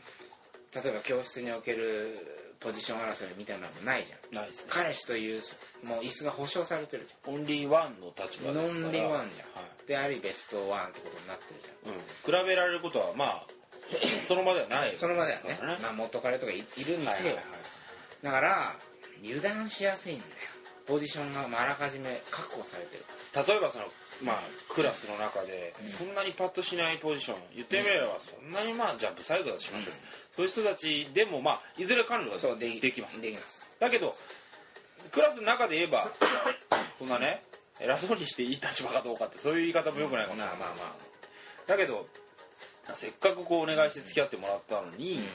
Speaker 1: 例えば教室におけるポジション争いみたいなのもないじゃん
Speaker 2: ないですね
Speaker 1: 彼氏というもう椅子が保証されてるじ
Speaker 2: オンリーワンの立
Speaker 1: ゃ
Speaker 2: 場
Speaker 1: ん
Speaker 2: で
Speaker 1: ノ
Speaker 2: すから
Speaker 1: ンリワンじゃん、
Speaker 2: は
Speaker 1: でありベストワンってことになってるじゃん
Speaker 2: いうん比べられることはまあその場ではない
Speaker 1: その場だよ
Speaker 2: で
Speaker 1: ね
Speaker 2: すから
Speaker 1: まあ、元彼とかいいるに
Speaker 2: はい
Speaker 1: せ
Speaker 2: は
Speaker 1: よ、
Speaker 2: いはい
Speaker 1: だから油断しやすいんだよポジションがもうあらかじめ確保されてる
Speaker 2: 例えばそのまあクラスの中で
Speaker 1: うん
Speaker 2: そんなにパッとしないポジション言ってみればそんなにまあじゃあブサイクだとしましょう
Speaker 1: うん
Speaker 2: そういう人たちでもまあいずれ彼女が
Speaker 1: そう
Speaker 2: できます
Speaker 1: できます
Speaker 2: だけどクラスの中で言えば <coughs> そんなね偉そうにしていい立場かどうかってそういう言い方も良くないかもしれ
Speaker 1: ま
Speaker 2: な
Speaker 1: あ
Speaker 2: い
Speaker 1: まあまあ
Speaker 2: だけどせっかくこうお願いして付き合ってもらったのに、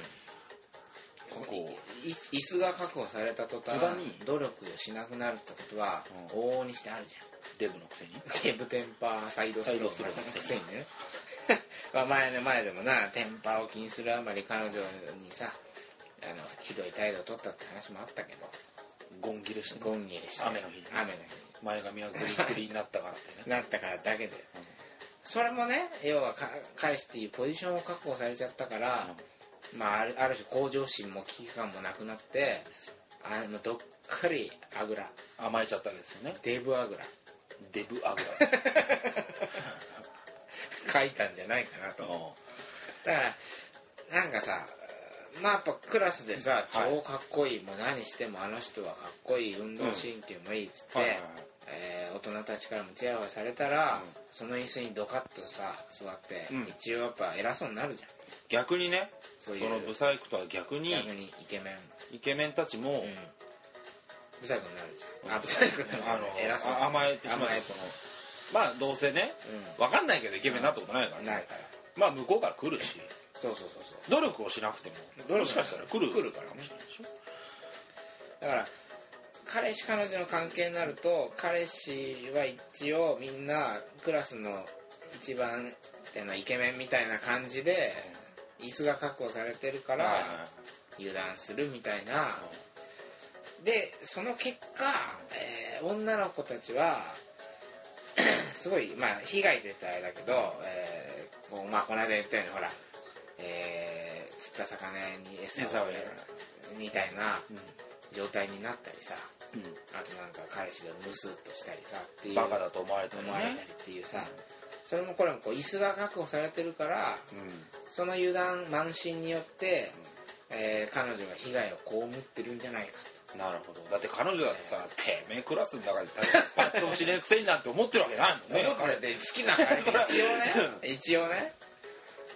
Speaker 1: ここ
Speaker 2: こ
Speaker 1: い椅子が確保された途端
Speaker 2: 無駄に
Speaker 1: 努力をしなくなるってことは
Speaker 2: う
Speaker 1: 往々にしてあるじゃ
Speaker 2: デブのくせに
Speaker 1: んテーブテンパーサイドスロー
Speaker 2: サイドスロー
Speaker 1: のくせにね <laughs> まあ前の前でもなテンパーを気にするあまり彼女にさあのひどい態度を取ったって話もあったけど
Speaker 2: ゴンギルして
Speaker 1: ゴンギリして
Speaker 2: 雨の日に
Speaker 1: 雨の
Speaker 2: 前髪がグリグリになったからって
Speaker 1: 日
Speaker 2: ね
Speaker 1: になったからだけでそれもね要はか彼氏っていうポジションを確保されちゃったから、まあ、あるある種向上心も危機感もなくなってあのどっかりあぐら
Speaker 2: 甘えちゃったわけですよね
Speaker 1: デブあぐら
Speaker 2: デブ <laughs> アグラ
Speaker 1: 書いたんじゃないかなとだ
Speaker 2: うん
Speaker 1: からなんかさまあやっぱクラスでさ
Speaker 2: はい
Speaker 1: 超かっこいい、もう何してもあの人はかっこいい運動神経もいいっつって、
Speaker 2: はいはいはい
Speaker 1: えー大人たちからもチヤホヤされたら、
Speaker 2: うん
Speaker 1: その椅子にドカッとさ座って、
Speaker 2: うん
Speaker 1: 一応やっぱ偉そうになるじゃん
Speaker 2: 逆にね
Speaker 1: そういう
Speaker 2: そのブサイクとは逆に
Speaker 1: 逆にイケメン、
Speaker 2: イケメンたちも、
Speaker 1: うんブサイクになるじゃん、あ
Speaker 2: うん
Speaker 1: ブサイクになる
Speaker 2: あの
Speaker 1: 偉そうに
Speaker 2: あ甘えてしまう
Speaker 1: 甘え
Speaker 2: そのまあどうせね分かんないけどイケメンになったことないから
Speaker 1: うん
Speaker 2: ね
Speaker 1: ないから
Speaker 2: まあ向こうから来るし
Speaker 1: そうそうそうそう
Speaker 2: 努力をしなくても
Speaker 1: 努力
Speaker 2: もしかしたら来る
Speaker 1: 来るからね
Speaker 2: もしれないでしょ
Speaker 1: だから彼氏彼女の関係になると彼氏は一応みんなクラスの一番ってのイケメンみたいな感じで椅子が確保されてるか
Speaker 2: はい
Speaker 1: ら
Speaker 2: は
Speaker 1: 油断するみたいない
Speaker 2: はい
Speaker 1: でその結果、えー女の子たちは <clears throat> すごいまあ被害出たあれだけど、えーこうまあこの間言ったようにほら、えー釣った魚に餌
Speaker 2: 餌
Speaker 1: を
Speaker 2: を
Speaker 1: や
Speaker 2: や
Speaker 1: る
Speaker 2: る
Speaker 1: みたいな
Speaker 2: うん
Speaker 1: 状態になったりさ、
Speaker 2: うん
Speaker 1: あとなんか彼氏がムスっとしたりさっていう
Speaker 2: バカだと思われたり
Speaker 1: 思われた
Speaker 2: ね
Speaker 1: り。っていうさ、それもこれもこう椅子が確保されてるから
Speaker 2: うん
Speaker 1: その油断慢心によって、えー彼女が被害を被ってるんじゃないか
Speaker 2: なるほど。だって彼女だってさ、てめえクラスの中でパッとしねえくせになんて思ってるわけない <laughs> もんね。
Speaker 1: と、これで好きな彼氏
Speaker 2: それは
Speaker 1: 一応
Speaker 2: <laughs>
Speaker 1: ね一応ね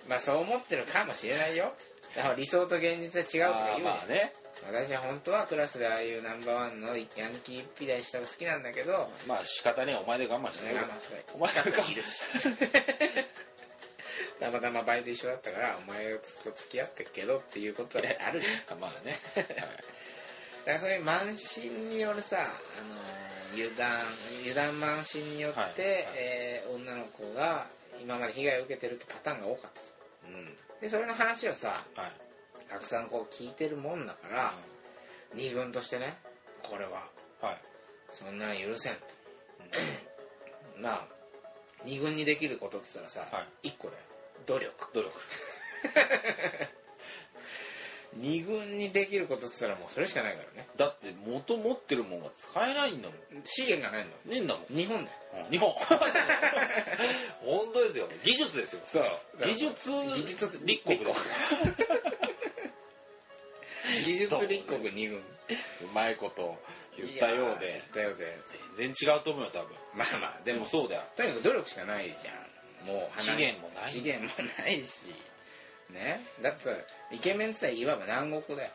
Speaker 1: まあそう思ってるかもしれないよだから理想と現実は違うとか
Speaker 2: あ
Speaker 1: 言うじゃ
Speaker 2: ー
Speaker 1: ん
Speaker 2: まあね。
Speaker 1: 私は本当はクラスでああいうナンバーワンのヤンキー一匹大したが好きなんだけど、
Speaker 2: まあ仕方ねえ、お前で我慢し
Speaker 1: そ
Speaker 2: て
Speaker 1: れ
Speaker 2: る
Speaker 1: がまあそれ
Speaker 2: お前
Speaker 1: 近
Speaker 2: が
Speaker 1: くにいるし <laughs> たまたまバイト一緒だったから、お前と付き合ってっけどっていうことはあるじゃん。
Speaker 2: まあね。
Speaker 1: だからそういう慢心によるさ、あのー油断、油断慢心によって、
Speaker 2: はいはい
Speaker 1: えー女の子が今まで被害を受けてるってパターンが多かったさ。
Speaker 2: うん。
Speaker 1: で、それの話をさ、
Speaker 2: はい。
Speaker 1: たくさんこう聞いてるもんだから、二軍としてね、これは、
Speaker 2: はい。
Speaker 1: そんなん許せんと。まあ、二軍にできることって言ったらさ、
Speaker 2: は
Speaker 1: 一個だよ。努力。
Speaker 2: 努力。
Speaker 1: <laughs> 二軍にできることって言ったらもうそれしかないからね。
Speaker 2: だって、元持ってるもんが使えないんだもん。
Speaker 1: 資源がないんだ
Speaker 2: ねえんだもん。
Speaker 1: もん。日本だよ。
Speaker 2: うん日本。 <laughs> 本当ですよ。技術ですよ。
Speaker 1: そう。
Speaker 2: 技術
Speaker 1: 技術
Speaker 2: 立国ですよ。
Speaker 1: 技術立国二軍。
Speaker 2: うまいこと言ったよ
Speaker 1: い
Speaker 2: う
Speaker 1: やー言
Speaker 2: で
Speaker 1: っ、たようで。
Speaker 2: 全然違うと思うよ、多分。
Speaker 1: まあまあ、で
Speaker 2: で
Speaker 1: も
Speaker 2: も、そうだよ。
Speaker 1: とにかく努力しかないじゃん。もう
Speaker 2: 資
Speaker 1: 離れ、
Speaker 2: 源もない。
Speaker 1: 資源もないし。ね。だってさ、イケメンってさ、いわば南国だよ。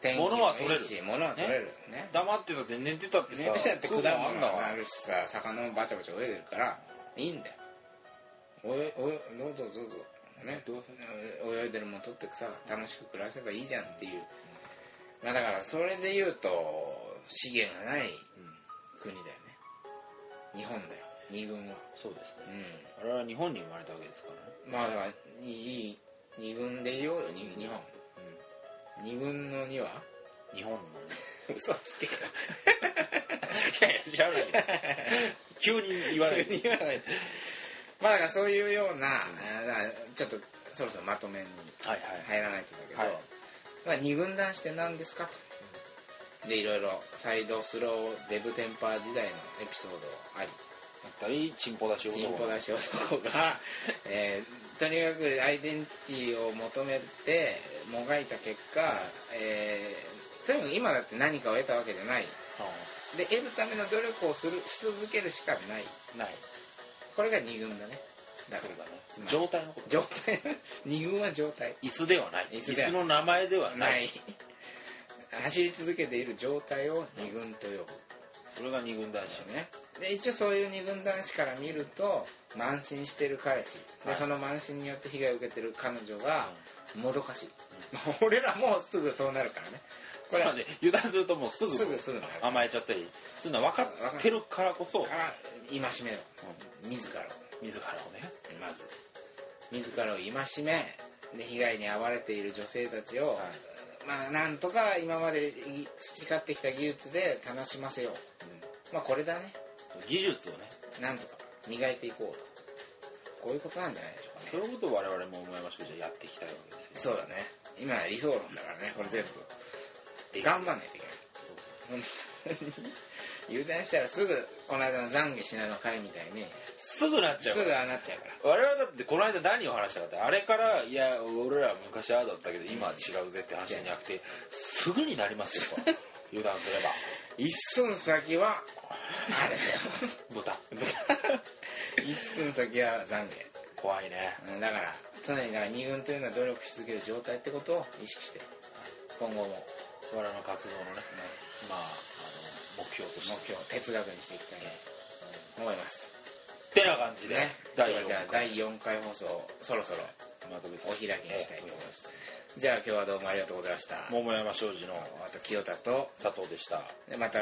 Speaker 1: 天気
Speaker 2: 物は取れる
Speaker 1: いいし、物は取れる。ね。
Speaker 2: 黙ってたって寝てたってさ、
Speaker 1: 寝てたって果物
Speaker 2: 食うもんあんだ
Speaker 1: が
Speaker 2: わ
Speaker 1: あるしさ魚もバチャバチャ泳いでるからいいんだよおえおえどうぞどうぞね
Speaker 2: どうせ
Speaker 1: 泳いでるもん取ってくさ楽しく暮らせばいいじゃんっていうまあだからそれで言うと資源がない
Speaker 2: うん
Speaker 1: 国だよね日本だよ二軍は
Speaker 2: そうですね。
Speaker 1: う
Speaker 2: 我々は日本に生まれたわけですからね。
Speaker 1: んまあだからいい二軍で言おうよに日本二軍の2は
Speaker 2: うん日本のね。
Speaker 1: 嘘つけよ
Speaker 2: いやいや、知らないけど <laughs> 急に言われる。
Speaker 1: 言わない <laughs> まあだからそういうような、あーだからちょっとそろそろまとめに
Speaker 2: はい
Speaker 1: 入らないとだけど、
Speaker 2: はい
Speaker 1: まあ二軍男子って何ですかと。で、いろいろサイドスローデブテンパー時代のエピソードあり、
Speaker 2: だったり、チンポ出し
Speaker 1: チンポ
Speaker 2: し。
Speaker 1: 出し男 <laughs> が、えーとにかくアイデンティティを求めてもがいた結果、えーとにかく今だって何かを得たわけじゃない。で、得るための努力をする、し続けるしかない。
Speaker 2: ない。
Speaker 1: これが二軍だね。だから
Speaker 2: そうだね
Speaker 1: つま。り
Speaker 2: 状態のこと。
Speaker 1: 状態 <laughs> 二軍は状態
Speaker 2: 椅子ではない。
Speaker 1: 椅
Speaker 2: 椅
Speaker 1: 子では
Speaker 2: 子の名前では
Speaker 1: な
Speaker 2: ないい。
Speaker 1: 走り続けている状態を二軍と呼ぶん
Speaker 2: それが二軍男
Speaker 1: です
Speaker 2: 子
Speaker 1: よ。ねで一応そういう二軍男子から見ると慢心してる彼氏で
Speaker 2: はい
Speaker 1: その慢心によって被害を受けてる彼女
Speaker 2: うん
Speaker 1: がもどかしい、まあ俺らもうすぐそうなるからねこ
Speaker 2: こ
Speaker 1: れ
Speaker 2: れ
Speaker 1: は
Speaker 2: はね、油断するともうすぐ
Speaker 1: すぐすぐなる
Speaker 2: 甘えちゃったり、するのは分かってるからこそ
Speaker 1: だか、ら戒めろ
Speaker 2: う
Speaker 1: 自らを
Speaker 2: ん自らをね。
Speaker 1: まず自らを戒めで被害に遭われている女性たちを、
Speaker 2: はい
Speaker 1: まあなんとか今までい培ってきた技術で楽しませようまあこれだね
Speaker 2: 技術をね、
Speaker 1: なんとか磨いていこうとこういうことなんじゃないでしょうかね
Speaker 2: そういうことを我々も思いましくじゃあやっていきたいわけですよね。
Speaker 1: そうだね今理想論だからねこれ全部頑張んないといけない
Speaker 2: そうそう
Speaker 1: 本当に油断したらすぐこの間の懺悔しないの会みたいに
Speaker 2: すぐなっちゃう
Speaker 1: すぐああなっちゃうから
Speaker 2: 我々だってこの間何を話したかってあれからいや俺らは昔ああだったけど今は違うぜって話じゃなくてすぐになりますよ油断すれば
Speaker 1: 一寸先はあれだよ
Speaker 2: 豚
Speaker 1: 一寸先は懺悔
Speaker 2: 怖いね
Speaker 1: うんだから常にだから二軍というのは努力し続ける状態ってことを意識して今後も、ね
Speaker 2: 我々の活動のねまああの目標と
Speaker 1: 目
Speaker 2: して
Speaker 1: 標を哲学にしていきたいなと思います
Speaker 2: てな感じで、
Speaker 1: ね
Speaker 2: 第
Speaker 1: 今日はじゃあ
Speaker 2: 4回
Speaker 1: 第4回放送そろそろ
Speaker 2: まとめさ
Speaker 1: お
Speaker 2: せ
Speaker 1: 開
Speaker 2: て
Speaker 1: きにしたいと思い
Speaker 2: え
Speaker 1: ますじゃあ今日はどうもありがとうございました
Speaker 2: え桃山商事の
Speaker 1: あと清田と
Speaker 2: 佐藤でした
Speaker 1: でまた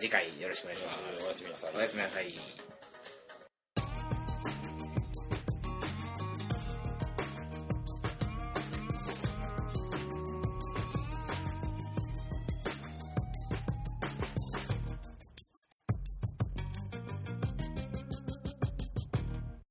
Speaker 1: 次回よろしくお願いしま
Speaker 2: おやすみなさい
Speaker 1: すおやすみなさい